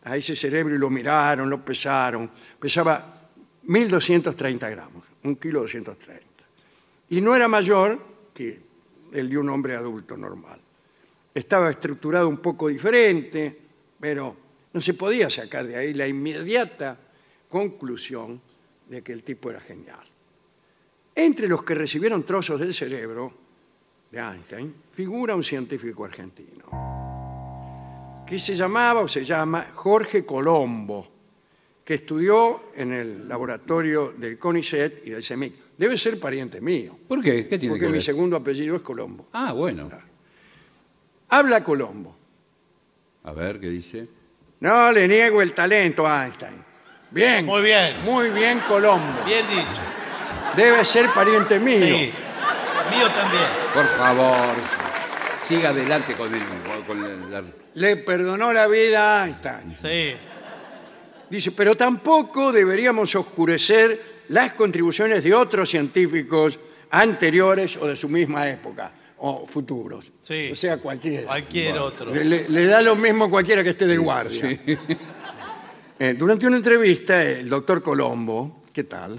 [SPEAKER 1] a ese cerebro y lo miraron, lo pesaron. Pesaba 1.230 gramos, un kilo 230. Y no era mayor que el de un hombre adulto normal. Estaba estructurado un poco diferente, pero no se podía sacar de ahí la inmediata conclusión de que el tipo era genial. Entre los que recibieron trozos del cerebro de Einstein figura un científico argentino que se llamaba o se llama Jorge Colombo, que estudió en el laboratorio del CONICET y del CEMIC. Debe ser pariente mío,
[SPEAKER 3] ¿Por qué? ¿Qué tiene
[SPEAKER 1] porque
[SPEAKER 3] que
[SPEAKER 1] mi
[SPEAKER 3] ver?
[SPEAKER 1] segundo apellido es Colombo.
[SPEAKER 3] Ah, bueno.
[SPEAKER 1] Habla Colombo.
[SPEAKER 3] A ver, ¿qué dice?
[SPEAKER 1] No le niego el talento a Einstein. Bien.
[SPEAKER 2] Muy bien.
[SPEAKER 1] Muy bien, Colombo.
[SPEAKER 2] Bien dicho.
[SPEAKER 1] Debe ser pariente mío.
[SPEAKER 2] Sí. Mío también.
[SPEAKER 3] Por favor, siga adelante con el... Con el- la-
[SPEAKER 1] Le perdonó la vida a Einstein.
[SPEAKER 2] Sí.
[SPEAKER 1] Dice, pero tampoco deberíamos oscurecer las contribuciones de otros científicos anteriores o de su misma época o futuros.
[SPEAKER 2] Sí.
[SPEAKER 1] O sea, cualquiera.
[SPEAKER 2] Cualquier otro.
[SPEAKER 1] Le, le- le da lo mismo a cualquiera que esté de guardia. Eh, durante una entrevista, el doctor Colombo, ¿qué tal?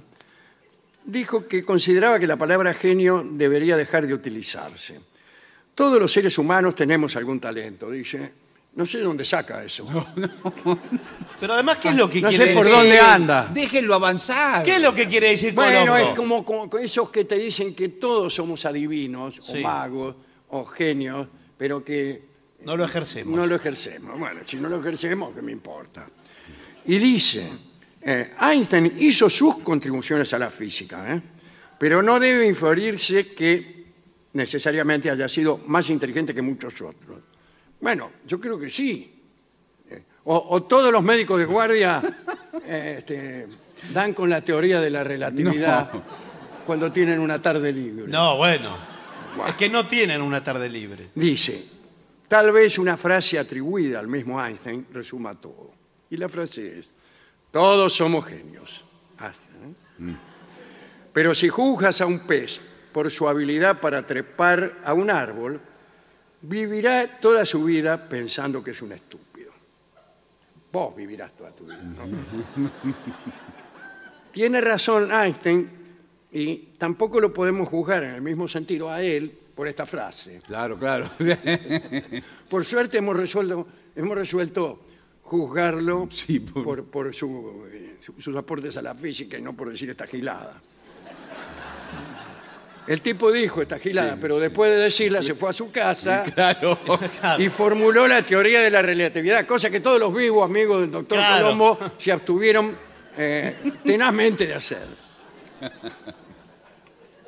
[SPEAKER 1] Dijo que consideraba que la palabra genio debería dejar de utilizarse. Todos los seres humanos tenemos algún talento, dice. No sé de dónde saca eso.
[SPEAKER 2] Pero además, ¿qué es lo que
[SPEAKER 1] No sé
[SPEAKER 2] quiere
[SPEAKER 1] por
[SPEAKER 2] decir?
[SPEAKER 1] dónde anda.
[SPEAKER 3] Déjenlo avanzar.
[SPEAKER 2] ¿Qué es lo que quiere decir
[SPEAKER 1] Bueno,
[SPEAKER 2] Colombo?
[SPEAKER 1] es como, como con esos que te dicen que todos somos adivinos o
[SPEAKER 2] Sí.
[SPEAKER 1] magos o genios, pero que
[SPEAKER 2] No lo ejercemos.
[SPEAKER 1] No lo ejercemos. Bueno, si no lo ejercemos, ¿qué me importa? Y dice, eh, Einstein hizo sus contribuciones a la física, ¿eh? pero no debe inferirse que necesariamente haya sido más inteligente que muchos otros. Bueno, yo creo que sí. Eh, O, o todos los médicos de guardia eh, este, dan con la teoría de la relatividad
[SPEAKER 3] No.
[SPEAKER 1] cuando tienen una tarde libre.
[SPEAKER 2] No, bueno. Es que no tienen una tarde libre.
[SPEAKER 1] Dice, tal vez una frase atribuida al mismo Einstein resuma todo. Y la frase es, todos somos genios. Einstein, ¿eh? Pero si juzgas a un pez por su habilidad para trepar a un árbol, vivirá toda su vida pensando que es un estúpido. Vos vivirás toda tu vida. ¿no? Tiene razón Einstein y tampoco lo podemos juzgar en el mismo sentido a él por esta frase.
[SPEAKER 3] Claro, claro.
[SPEAKER 1] Por suerte hemos resuelto, hemos resuelto juzgarlo
[SPEAKER 3] Sí,
[SPEAKER 1] por,
[SPEAKER 3] por-
[SPEAKER 1] por su, eh, su- sus aportes a la física y no por decir esta gilada. El tipo dijo esta gilada, pero después de decirla se fue a su casa
[SPEAKER 3] claro.
[SPEAKER 1] y formuló la teoría de la relatividad, cosa que todos los vivos amigos del doctor
[SPEAKER 2] Claro.
[SPEAKER 1] Colombo se abstuvieron eh, tenazmente de hacer.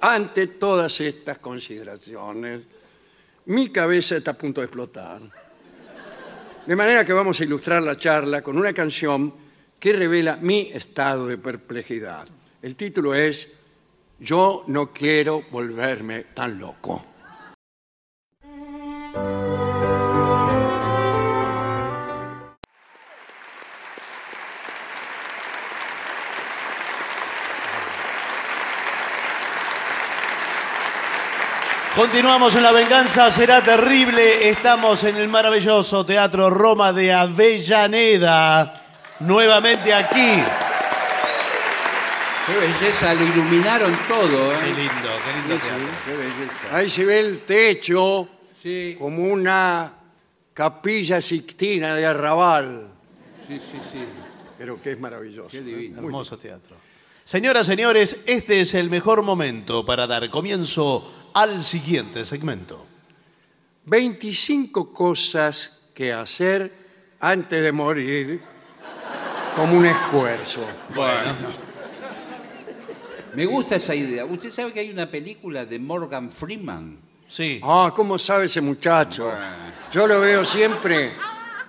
[SPEAKER 1] Ante todas estas consideraciones, mi cabeza está a punto de explotar. De manera que vamos a ilustrar la charla con una canción que revela mi estado de perplejidad. El título es Yo no quiero volverme tan loco.
[SPEAKER 2] Continuamos en La Venganza Será Terrible. Estamos en el maravilloso Teatro Roma de Avellaneda. Nuevamente aquí.
[SPEAKER 3] Qué belleza, lo iluminaron todo.
[SPEAKER 2] Qué
[SPEAKER 3] ¿eh?
[SPEAKER 2] lindo, qué lindo
[SPEAKER 3] Sí,
[SPEAKER 2] teatro.
[SPEAKER 3] qué belleza.
[SPEAKER 1] Ahí se ve el techo
[SPEAKER 3] Sí.
[SPEAKER 1] como una Capilla Sixtina de Arrabal,
[SPEAKER 3] Sí, sí, sí.
[SPEAKER 1] pero que es maravilloso. ¿eh?
[SPEAKER 3] Qué divino.
[SPEAKER 2] Hermoso teatro. Señoras, señores, este es el mejor momento para dar comienzo al siguiente segmento.
[SPEAKER 1] 25 cosas que hacer antes de morir como un esfuerzo.
[SPEAKER 3] Me gusta esa idea. Usted sabe que hay una película de Morgan Freeman.
[SPEAKER 2] Sí.
[SPEAKER 1] Ah, ¿cómo sabe ese muchacho? Yo lo veo siempre.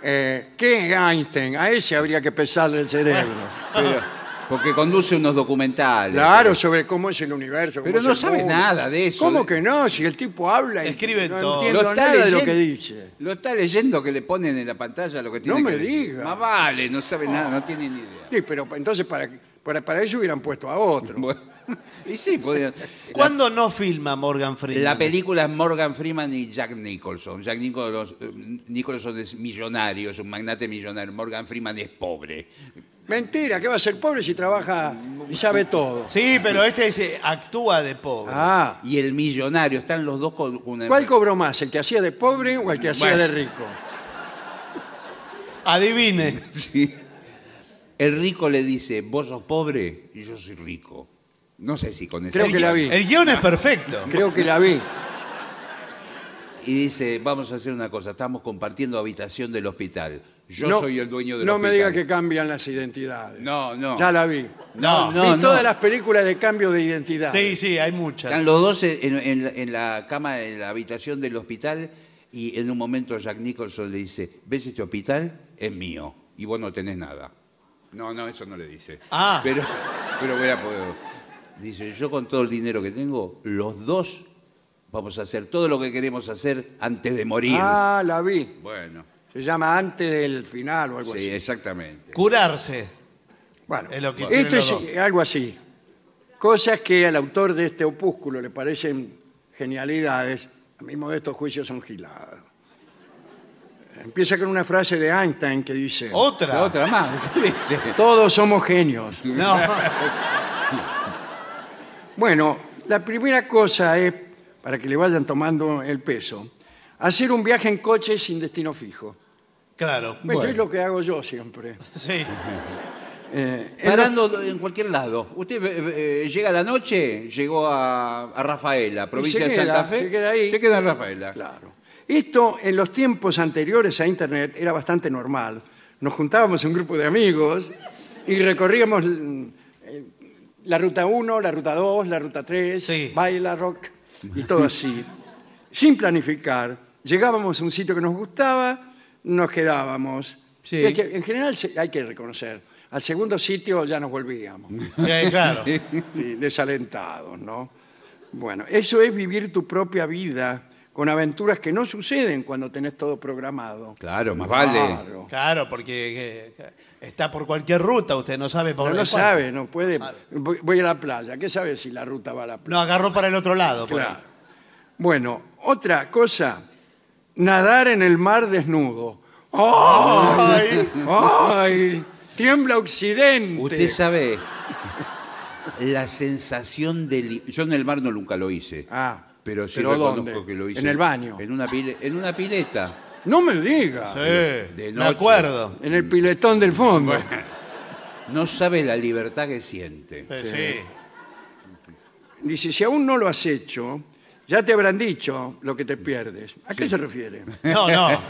[SPEAKER 1] eh, ¿Qué Einstein? A ese habría que pesarle el cerebro.
[SPEAKER 3] Pero- porque conduce unos documentales.
[SPEAKER 1] Claro, sobre cómo es el universo. cómo
[SPEAKER 3] Pero
[SPEAKER 1] es
[SPEAKER 3] no
[SPEAKER 1] el
[SPEAKER 3] sabe
[SPEAKER 1] mundo.
[SPEAKER 3] nada de eso.
[SPEAKER 1] ¿Cómo que no? Si el tipo habla y
[SPEAKER 2] Escribe
[SPEAKER 1] no
[SPEAKER 2] todo.
[SPEAKER 1] entiendo nada de lo
[SPEAKER 3] leyen-
[SPEAKER 1] que dice.
[SPEAKER 3] Lo está leyendo que le ponen en la pantalla lo que tiene
[SPEAKER 1] me
[SPEAKER 3] que decir.
[SPEAKER 1] diga.
[SPEAKER 3] Más vale, no sabe nada, no tiene ni idea.
[SPEAKER 1] Sí, pero entonces para, para, para eso hubieran puesto a otro.
[SPEAKER 3] Bueno, y sí, podría. La,
[SPEAKER 2] ¿Cuándo no filma Morgan Freeman?
[SPEAKER 3] la película es Morgan Freeman y Jack Nicholson. Jack Nichols- eh, Nicholson es millonario, es un magnate millonario. Morgan Freeman es pobre.
[SPEAKER 1] Mentira, ¿qué va a ser pobre si trabaja y sabe todo?
[SPEAKER 2] Sí, pero este dice, actúa de pobre.
[SPEAKER 1] Ah,
[SPEAKER 3] Y el millonario, están los dos con una.
[SPEAKER 1] ¿cuál cobró más? ¿El que hacía de pobre o el que hacía
[SPEAKER 3] Bueno.
[SPEAKER 1] de rico?
[SPEAKER 2] Adivine.
[SPEAKER 3] Sí. El rico le dice, vos sos pobre y yo soy rico. No sé si con esa
[SPEAKER 1] Creo que la vi.
[SPEAKER 2] El guión es perfecto.
[SPEAKER 1] Creo que la vi.
[SPEAKER 3] Y dice, vamos a hacer una cosa, estamos compartiendo habitación del hospital. Yo
[SPEAKER 1] No-
[SPEAKER 3] soy el dueño del
[SPEAKER 1] No me
[SPEAKER 3] hospital.
[SPEAKER 1] diga que cambian las identidades.
[SPEAKER 3] No, no.
[SPEAKER 1] Ya la vi.
[SPEAKER 3] No, no,
[SPEAKER 1] vi
[SPEAKER 3] no.
[SPEAKER 1] todas las películas de cambio de identidad.
[SPEAKER 2] Sí, sí, hay muchas.
[SPEAKER 3] Están los dos en, en la- en la cama, en la habitación del hospital, y en un momento Jack Nicholson le dice, ¿ves este hospital? Es mío, y vos no tenés nada. No, no, eso no le dice.
[SPEAKER 2] Ah.
[SPEAKER 3] Pero, pero voy a poder. Dice, yo con todo el dinero que tengo, los dos vamos a hacer todo lo que queremos hacer antes de morir.
[SPEAKER 1] Ah, la vi.
[SPEAKER 3] Bueno,
[SPEAKER 1] Se llama Antes del Final o algo
[SPEAKER 3] sí,
[SPEAKER 1] así.
[SPEAKER 3] exactamente.
[SPEAKER 2] Curarse.
[SPEAKER 1] Bueno,
[SPEAKER 2] Es lo que
[SPEAKER 1] esto
[SPEAKER 2] quieren
[SPEAKER 1] es
[SPEAKER 2] los
[SPEAKER 1] algo así. Cosas que al autor de este opúsculo le parecen genialidades, a mi modesto juicio son giladas. Empieza con una frase de Einstein que dice,
[SPEAKER 3] La
[SPEAKER 2] Otra.
[SPEAKER 3] otra más. ¿qué dice?
[SPEAKER 1] todos somos genios.
[SPEAKER 2] No.
[SPEAKER 1] Bueno, la primera cosa es, para que le vayan tomando el peso, hacer un viaje en coche sin destino fijo.
[SPEAKER 2] Claro.
[SPEAKER 1] Eso es lo que hago yo siempre.
[SPEAKER 2] Sí.
[SPEAKER 1] Eh, en los-
[SPEAKER 3] Parando en cualquier lado. Usted eh, eh, llega a la noche, llegó a, a Rafaela, provincia
[SPEAKER 1] queda,
[SPEAKER 3] de Santa Fe.
[SPEAKER 1] se queda ahí.
[SPEAKER 3] Se queda en Rafaela.
[SPEAKER 1] Claro. Esto en los tiempos anteriores a Internet era bastante normal. Nos juntábamos un grupo de amigos y recorríamos mm, eh, la ruta 1, la ruta 2, la ruta 3,
[SPEAKER 2] Sí.
[SPEAKER 1] baila rock y todo así. Sin planificar, llegábamos a un sitio que nos gustaba, nos quedábamos.
[SPEAKER 3] Sí.
[SPEAKER 1] Y es que, en general se- hay que reconocer, al segundo sitio ya nos volvíamos
[SPEAKER 2] Eh, claro.
[SPEAKER 1] y desalentados, ¿no? Bueno, eso es vivir tu propia vida con aventuras que no suceden cuando tenés todo programado.
[SPEAKER 3] Claro, más vale.
[SPEAKER 1] Claro.
[SPEAKER 2] Claro, porque eh, está por cualquier ruta, usted no sabe por
[SPEAKER 1] Pero no
[SPEAKER 2] cuál.
[SPEAKER 1] sabe, no puede. Voy voy a la playa, ¿qué sabe si la ruta va a la playa?
[SPEAKER 2] No, agarró para el otro lado. pues. por
[SPEAKER 1] Claro. Bueno, otra cosa, nadar en el mar desnudo. ¡Ay! ¡Ay! Tiembla Occidente.
[SPEAKER 3] Usted sabe la sensación del... Yo en el mar no nunca lo hice.
[SPEAKER 1] Ah,
[SPEAKER 3] Pero sí
[SPEAKER 1] ¿pero
[SPEAKER 3] reconozco
[SPEAKER 1] dónde?
[SPEAKER 3] que lo hice.
[SPEAKER 1] En el baño.
[SPEAKER 3] En una, pile- en una pileta.
[SPEAKER 1] No me diga.
[SPEAKER 2] ahí. Sí,
[SPEAKER 3] De
[SPEAKER 2] me
[SPEAKER 3] noche.
[SPEAKER 2] acuerdo.
[SPEAKER 1] En el piletón del fondo.
[SPEAKER 3] No sabe la libertad que siente.
[SPEAKER 2] Eh, sí.
[SPEAKER 1] Dice, si aún no lo has hecho, ya te habrán dicho lo que te pierdes. ¿A qué se refiere?
[SPEAKER 2] No, no.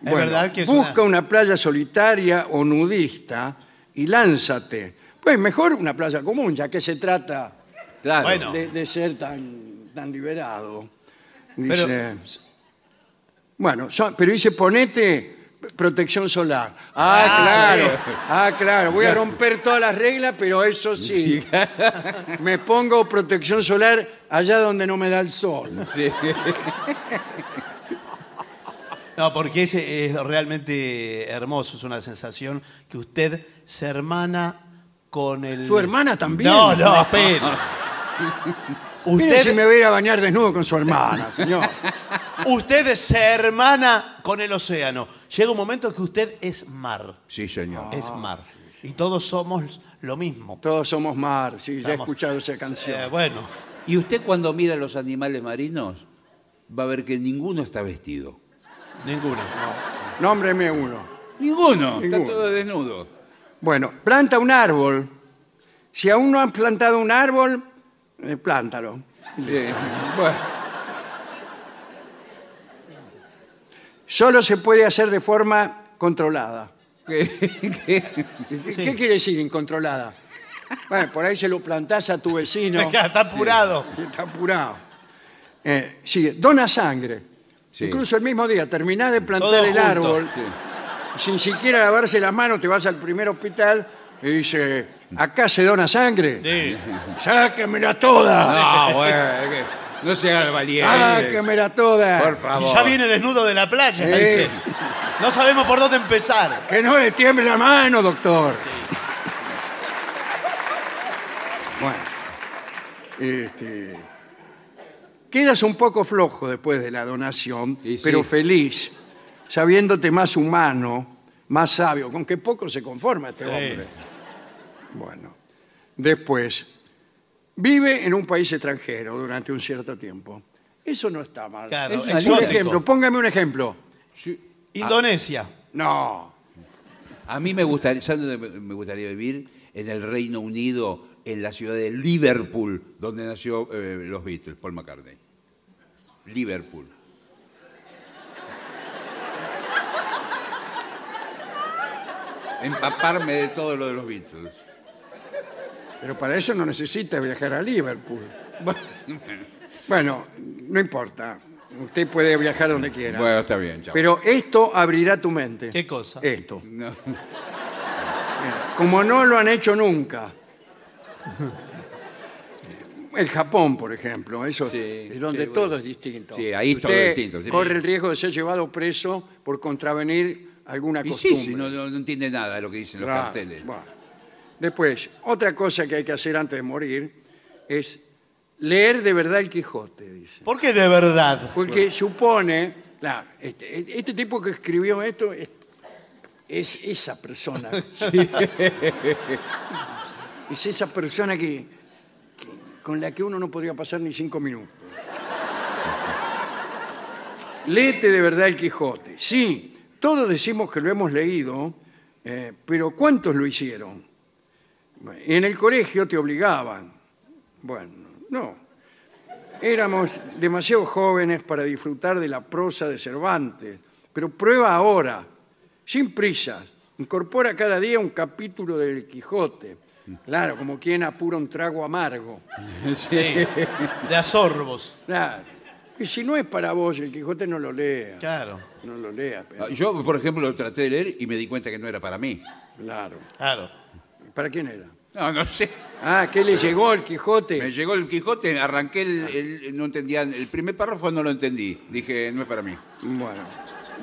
[SPEAKER 2] es
[SPEAKER 1] Bueno,
[SPEAKER 2] verdad que es una-
[SPEAKER 1] busca una... playa solitaria o nudista y lánzate. Pues mejor una playa común, ya que se trata
[SPEAKER 3] Claro.
[SPEAKER 2] Bueno.
[SPEAKER 1] de, de ser tan, tan liberado. Dice,
[SPEAKER 2] Pero-
[SPEAKER 1] bueno, so- pero dice, ponete protección solar. Ah,
[SPEAKER 2] Ah,
[SPEAKER 1] claro.
[SPEAKER 2] sí.
[SPEAKER 1] Ah, claro. Voy a romper todas las reglas, pero eso sí. Me pongo protección solar allá donde no me da el sol.
[SPEAKER 2] No, porque es, es realmente hermoso, es una sensación que usted se hermana con el...
[SPEAKER 1] ¿Su hermana también?
[SPEAKER 2] No, no, espere.
[SPEAKER 1] Usted
[SPEAKER 2] usted,
[SPEAKER 1] me va a ir a bañar desnudo con su hermana, señor.
[SPEAKER 2] usted se hermana con el océano. Llega un momento que usted es mar,
[SPEAKER 3] Sí,
[SPEAKER 1] Ah.
[SPEAKER 3] señor.
[SPEAKER 2] es mar. Y todos somos lo mismo.
[SPEAKER 1] Todos somos mar, sí, ya he
[SPEAKER 2] Vamos.
[SPEAKER 1] escuchado esa canción.
[SPEAKER 2] Eh, bueno,
[SPEAKER 3] Y usted cuando mira los animales marinos, va a ver que ninguno está vestido.
[SPEAKER 2] Ninguno.
[SPEAKER 1] Nómbreme uno.
[SPEAKER 3] Ninguno. Está
[SPEAKER 1] Ninguno.
[SPEAKER 3] todo desnudo.
[SPEAKER 1] Bueno, planta un árbol. Si aún no han plantado un árbol, eh, plántalo.
[SPEAKER 3] Eh, bueno,
[SPEAKER 1] Solo se puede hacer de forma controlada.
[SPEAKER 3] que- que-
[SPEAKER 1] ¿Qué, qué quiere decir incontrolada? Bueno, por ahí se lo plantás a tu vecino.
[SPEAKER 2] Claro, Está apurado.
[SPEAKER 1] Está apurado. Eh, sigue, dona sangre.
[SPEAKER 3] Sí.
[SPEAKER 1] Incluso el mismo día, terminás de plantar
[SPEAKER 2] Todo
[SPEAKER 1] el
[SPEAKER 2] junto,
[SPEAKER 1] árbol,
[SPEAKER 3] sí.
[SPEAKER 1] sin siquiera lavarse las manos, te vas al primer hospital y dice, acá se dona sangre.
[SPEAKER 2] Sí.
[SPEAKER 1] Sáquemela toda.
[SPEAKER 2] Ah,
[SPEAKER 3] No, bueno, es que no se haga el
[SPEAKER 1] Ah,
[SPEAKER 3] valiente.
[SPEAKER 1] Sáquemela toda.
[SPEAKER 3] Por
[SPEAKER 2] Y
[SPEAKER 3] favor.
[SPEAKER 2] ya viene desnudo de la playa.
[SPEAKER 1] Eh.
[SPEAKER 2] dice. No sabemos por dónde empezar.
[SPEAKER 1] Que no le tiemble la mano, doctor. Bueno. Este, quedas un poco flojo después de la donación,
[SPEAKER 3] Y sí.
[SPEAKER 1] pero feliz, sabiéndote más humano, más sabio, con que poco se conforma este hombre. Bueno. Después, vive en un país extranjero durante un cierto tiempo. Eso no está mal.
[SPEAKER 2] Claro,
[SPEAKER 1] Es un
[SPEAKER 2] exótico.
[SPEAKER 1] ejemplo, póngame un ejemplo.
[SPEAKER 3] Sí.
[SPEAKER 2] Indonesia.
[SPEAKER 1] No.
[SPEAKER 3] A mí me gustaría, ¿sabe dónde me me gustaría vivir? En el Reino Unido, en la ciudad de Liverpool, donde nació eh, los Beatles, Paul McCartney. Liverpool. Empaparme de todo lo de los Beatles.
[SPEAKER 1] Pero para eso no necesita viajar a Liverpool. Bueno, no importa. Usted puede viajar donde quiera.
[SPEAKER 3] Bueno, está bien, chao.
[SPEAKER 1] pero esto abrirá tu mente.
[SPEAKER 2] ¿Qué cosa?
[SPEAKER 1] Esto.
[SPEAKER 3] No.
[SPEAKER 1] Como no lo han hecho nunca. El Japón, por ejemplo, eso
[SPEAKER 3] Sí,
[SPEAKER 1] es donde
[SPEAKER 3] sí, bueno.
[SPEAKER 1] todo es distinto.
[SPEAKER 3] Sí, ahí
[SPEAKER 1] Usted
[SPEAKER 3] todo es distinto, sí.
[SPEAKER 1] Corre el riesgo de ser llevado preso por contravenir alguna
[SPEAKER 3] Y
[SPEAKER 1] costumbre.
[SPEAKER 3] sí, sí, no, no- no entiende nada de lo que dicen los
[SPEAKER 1] Claro,
[SPEAKER 3] carteles.
[SPEAKER 1] bueno. Después, otra cosa que hay que hacer antes de morir es leer de verdad el Quijote, dice.
[SPEAKER 2] ¿Por qué de verdad?
[SPEAKER 1] Porque supone, claro, este, este tipo que escribió esto es, es esa persona. es esa persona que, que- con la que uno no podría pasar ni cinco minutos. Léete de verdad el Quijote. Sí, todos decimos que lo hemos leído, eh, pero ¿cuántos lo hicieron? En el colegio te obligaban. Bueno, no. Éramos demasiado jóvenes para disfrutar de la prosa de Cervantes, pero prueba ahora, sin prisas. Incorpora cada día un capítulo del Quijote. Claro, como quien apura un trago amargo.
[SPEAKER 2] De asorbos.
[SPEAKER 1] Claro. Y si no es para vos, el Quijote no lo lea.
[SPEAKER 2] Claro,
[SPEAKER 1] No lo lea, pero-
[SPEAKER 3] Ah, Yo, por ejemplo, lo traté de leer y me di cuenta que no era para mí.
[SPEAKER 1] claro.
[SPEAKER 2] claro.
[SPEAKER 1] ¿Para quién era?
[SPEAKER 3] No, no sé.
[SPEAKER 1] Ah, ¿qué le llegó el
[SPEAKER 3] Me
[SPEAKER 1] Quijote?
[SPEAKER 3] llegó el Quijote, arranqué el, el- no entendía, el primer párrafo no lo entendí. Dije, no es para mí.
[SPEAKER 1] Bueno,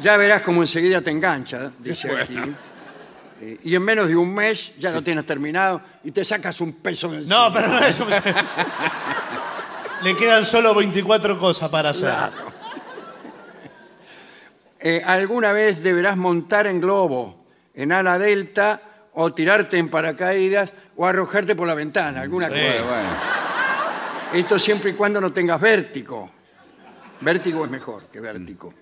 [SPEAKER 1] ya verás cómo enseguida te engancha, dice aquí. Eh, Y en menos de un mes ya lo tienes terminado y te sacas un peso del
[SPEAKER 2] No, pero no es. Le quedan solo 24 cosas para hacer.
[SPEAKER 1] Eh, alguna vez deberás montar en globo, en ala delta, o tirarte en paracaídas, o arrojarte por la ventana, alguna
[SPEAKER 3] Bueno,
[SPEAKER 1] cosa.
[SPEAKER 3] bueno.
[SPEAKER 1] Esto siempre y cuando no tengas vértigo. Vértigo es mejor que vértigo.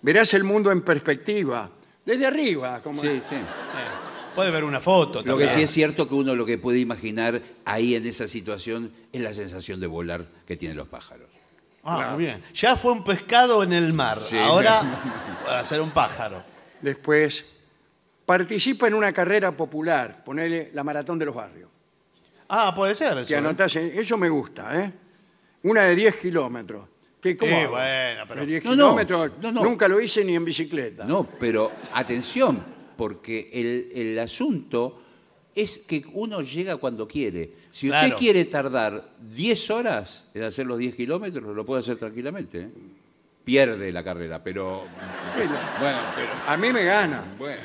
[SPEAKER 1] Verás el mundo en perspectiva, desde arriba, como
[SPEAKER 3] Sí, sí.
[SPEAKER 2] Eh, Puede ver una foto
[SPEAKER 3] Lo que
[SPEAKER 2] también.
[SPEAKER 3] sí es cierto que uno lo que puede imaginar ahí en esa situación es la sensación de volar que tienen los pájaros.
[SPEAKER 2] Ah, muy bien. Ya fue un pescado en el mar.
[SPEAKER 3] Sí,
[SPEAKER 2] Ahora va a ser un pájaro.
[SPEAKER 1] después. Participa en una carrera popular, ponele la maratón de los barrios.
[SPEAKER 2] Ah, puede ser eso.
[SPEAKER 1] Te
[SPEAKER 2] ¿no?
[SPEAKER 1] anotás, eh, eso me gusta, ¿eh? Una de 10 kilómetros. ¿Qué, cómo
[SPEAKER 2] Sí,
[SPEAKER 1] hago?
[SPEAKER 2] bueno, pero-
[SPEAKER 1] De 10
[SPEAKER 3] No, no,
[SPEAKER 1] kilómetros,
[SPEAKER 3] no, no.
[SPEAKER 1] nunca lo hice ni en bicicleta.
[SPEAKER 3] No, pero atención, porque el, el asunto es que uno llega cuando quiere. Si usted
[SPEAKER 2] Claro.
[SPEAKER 3] quiere tardar 10 horas en hacer los 10 kilómetros, lo puede hacer tranquilamente. ¿eh? Pierde la carrera, pero... Bueno, pero...
[SPEAKER 1] A mí me gana.
[SPEAKER 3] Bueno.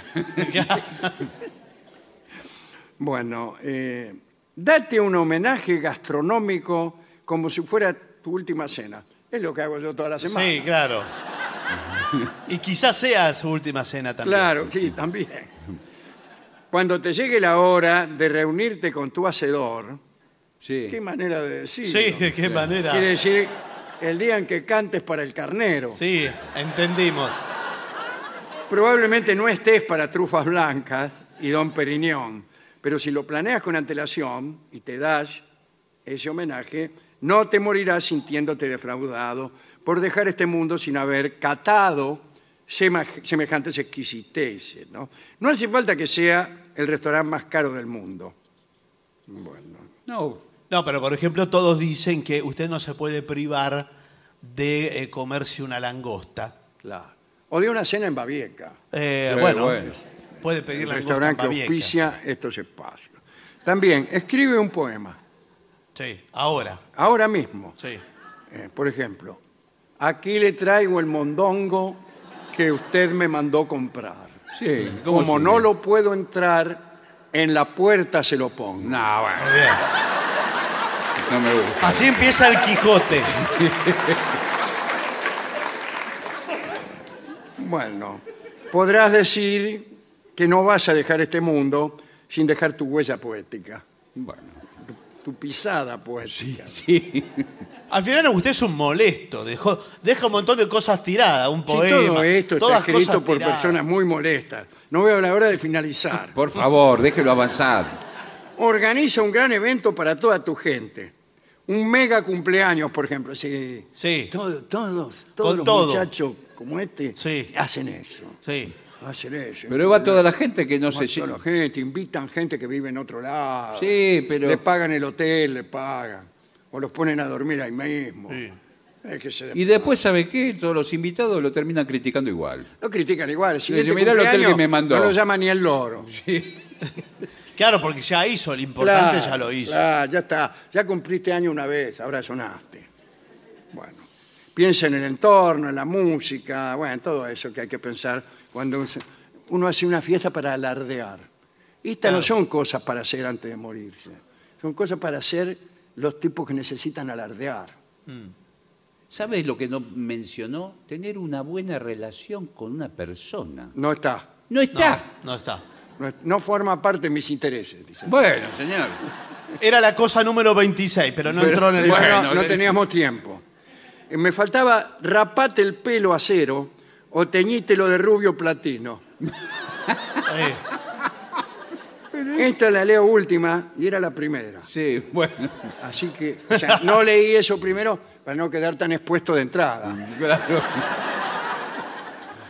[SPEAKER 1] Bueno, eh, date un homenaje gastronómico como si fuera tu última cena. Es lo que hago yo toda la semana.
[SPEAKER 2] Sí, claro. Y quizás sea su última cena también.
[SPEAKER 1] Claro, sí, también. Cuando te llegue la hora de reunirte con tu hacedor,
[SPEAKER 3] Sí.
[SPEAKER 1] qué manera de decirlo.
[SPEAKER 2] Sí, de qué manera.
[SPEAKER 1] Quiere decir el día en que cantes para el carnero.
[SPEAKER 2] Sí, entendimos.
[SPEAKER 1] probablemente no estés para trufas blancas y don Periñón, pero si lo planeas con antelación y te das ese homenaje, no te morirás sintiéndote defraudado por dejar este mundo sin haber catado sema- semejantes exquisiteces. ¿no? no hace falta que sea el restaurante más caro del mundo. Bueno.
[SPEAKER 3] No.
[SPEAKER 2] No, pero por ejemplo, todos dicen que usted no se puede privar de eh, comerse una langosta.
[SPEAKER 1] O de una cena en Babieca,
[SPEAKER 2] Eh,
[SPEAKER 3] Sí,
[SPEAKER 2] bueno,
[SPEAKER 3] bueno.
[SPEAKER 2] puede pedir
[SPEAKER 1] el
[SPEAKER 2] langosta en
[SPEAKER 1] restaurante que
[SPEAKER 2] Babieca.
[SPEAKER 1] auspicia estos espacios. También, escribe un poema,
[SPEAKER 2] Sí, ahora.
[SPEAKER 1] ahora mismo.
[SPEAKER 2] Sí.
[SPEAKER 1] Eh, por ejemplo, aquí le traigo el mondongo que usted me mandó comprar.
[SPEAKER 3] Sí, ¿cómo
[SPEAKER 1] Como
[SPEAKER 3] se-
[SPEAKER 1] no lo puedo entrar, en la puerta se lo pongo.
[SPEAKER 3] No, bueno,
[SPEAKER 2] Muy bien.
[SPEAKER 3] no me gusta.
[SPEAKER 2] Así empieza el Quijote.
[SPEAKER 1] Bueno, podrás decir que no vas a dejar este mundo sin dejar tu huella poética,
[SPEAKER 3] Bueno,
[SPEAKER 1] tu pisada poética.
[SPEAKER 3] sí.
[SPEAKER 2] Al final usted es un molesto, dejó- deja un montón de cosas tiradas, un
[SPEAKER 1] Sí,
[SPEAKER 2] poema.
[SPEAKER 1] todo esto está
[SPEAKER 2] todas cosas
[SPEAKER 1] escrito por
[SPEAKER 2] tiradas.
[SPEAKER 1] personas muy molestas. No veo la hora de finalizar.
[SPEAKER 3] Por favor, déjelo avanzar.
[SPEAKER 1] Organiza un gran evento para toda tu gente. Un mega cumpleaños, por ejemplo. Sí.
[SPEAKER 2] Sí,
[SPEAKER 1] Todo- todos, todos
[SPEAKER 2] Con
[SPEAKER 1] los
[SPEAKER 2] todo.
[SPEAKER 1] muchachos como este
[SPEAKER 2] Sí.
[SPEAKER 1] hacen eso.
[SPEAKER 2] sí.
[SPEAKER 1] Hacen eso.
[SPEAKER 3] Pero va toda la gente que no se
[SPEAKER 1] Van toda la
[SPEAKER 3] llena.
[SPEAKER 1] gente, invitan gente que vive en otro lado.
[SPEAKER 3] Sí, pero-
[SPEAKER 1] Le pagan el hotel, le pagan. O los ponen a dormir ahí mismo.
[SPEAKER 2] Sí.
[SPEAKER 1] Es que se-
[SPEAKER 3] Y después, ¿sabe qué? Todos los invitados lo terminan criticando igual.
[SPEAKER 1] Lo critican igual. Si este
[SPEAKER 3] Yo mirá el hotel que me mandó.
[SPEAKER 1] No lo llama ni el loro.
[SPEAKER 2] Claro, porque ya hizo, lo importante
[SPEAKER 1] Claro,
[SPEAKER 2] ya lo hizo.
[SPEAKER 1] claro, ya está. Ya cumpliste año una vez, ahora sonaste. Bueno. Piensa en el entorno, en la música, bueno, en todo eso que hay que pensar cuando uno se- uno hace una fiesta para alardear. Estas no
[SPEAKER 2] Claro.
[SPEAKER 1] son cosas para hacer antes de morirse. Son cosas para hacer los tipos que necesitan alardear.
[SPEAKER 3] ¿Sabes lo que no mencionó? Tener una buena relación con una persona.
[SPEAKER 1] No está.
[SPEAKER 3] No
[SPEAKER 2] No,
[SPEAKER 3] está.
[SPEAKER 2] no está.
[SPEAKER 1] No, no forma parte de mis intereses. dice.
[SPEAKER 3] Ah, Bueno, señor.
[SPEAKER 2] Era la cosa número 26, pero no
[SPEAKER 3] Pero-
[SPEAKER 2] entró en el...
[SPEAKER 3] Bueno,
[SPEAKER 1] Bueno, no
[SPEAKER 3] le-
[SPEAKER 1] teníamos tiempo. Eh, Me faltaba rapate el pelo a cero o teñítelo de rubio platino.
[SPEAKER 2] Eh,
[SPEAKER 1] Esta la leo última y era la primera.
[SPEAKER 3] Sí, bueno.
[SPEAKER 1] Así que o sea, no leí eso primero para no quedar tan expuesto de
[SPEAKER 2] Mm,
[SPEAKER 1] entrada.
[SPEAKER 3] Claro.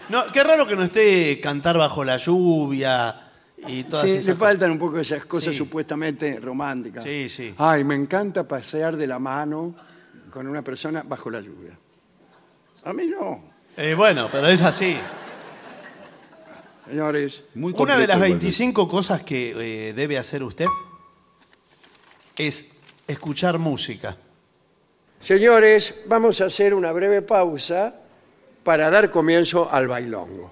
[SPEAKER 2] no, qué raro que no esté cantar bajo la lluvia y todas
[SPEAKER 1] Sí,
[SPEAKER 2] esas
[SPEAKER 1] le
[SPEAKER 2] cosas.
[SPEAKER 1] faltan un poco esas cosas
[SPEAKER 2] Sí.
[SPEAKER 1] supuestamente románticas.
[SPEAKER 2] Sí, sí.
[SPEAKER 1] Ay, me encanta pasear de la mano con una persona bajo la lluvia. A mí no,
[SPEAKER 2] Eh, bueno, pero es así.
[SPEAKER 1] señores.
[SPEAKER 3] Muy
[SPEAKER 2] Una de
[SPEAKER 3] completo,
[SPEAKER 2] las
[SPEAKER 3] bueno.
[SPEAKER 2] 25 cosas que eh, debe hacer usted es escuchar música.
[SPEAKER 1] Señores, vamos a hacer una breve pausa para dar comienzo al bailongo.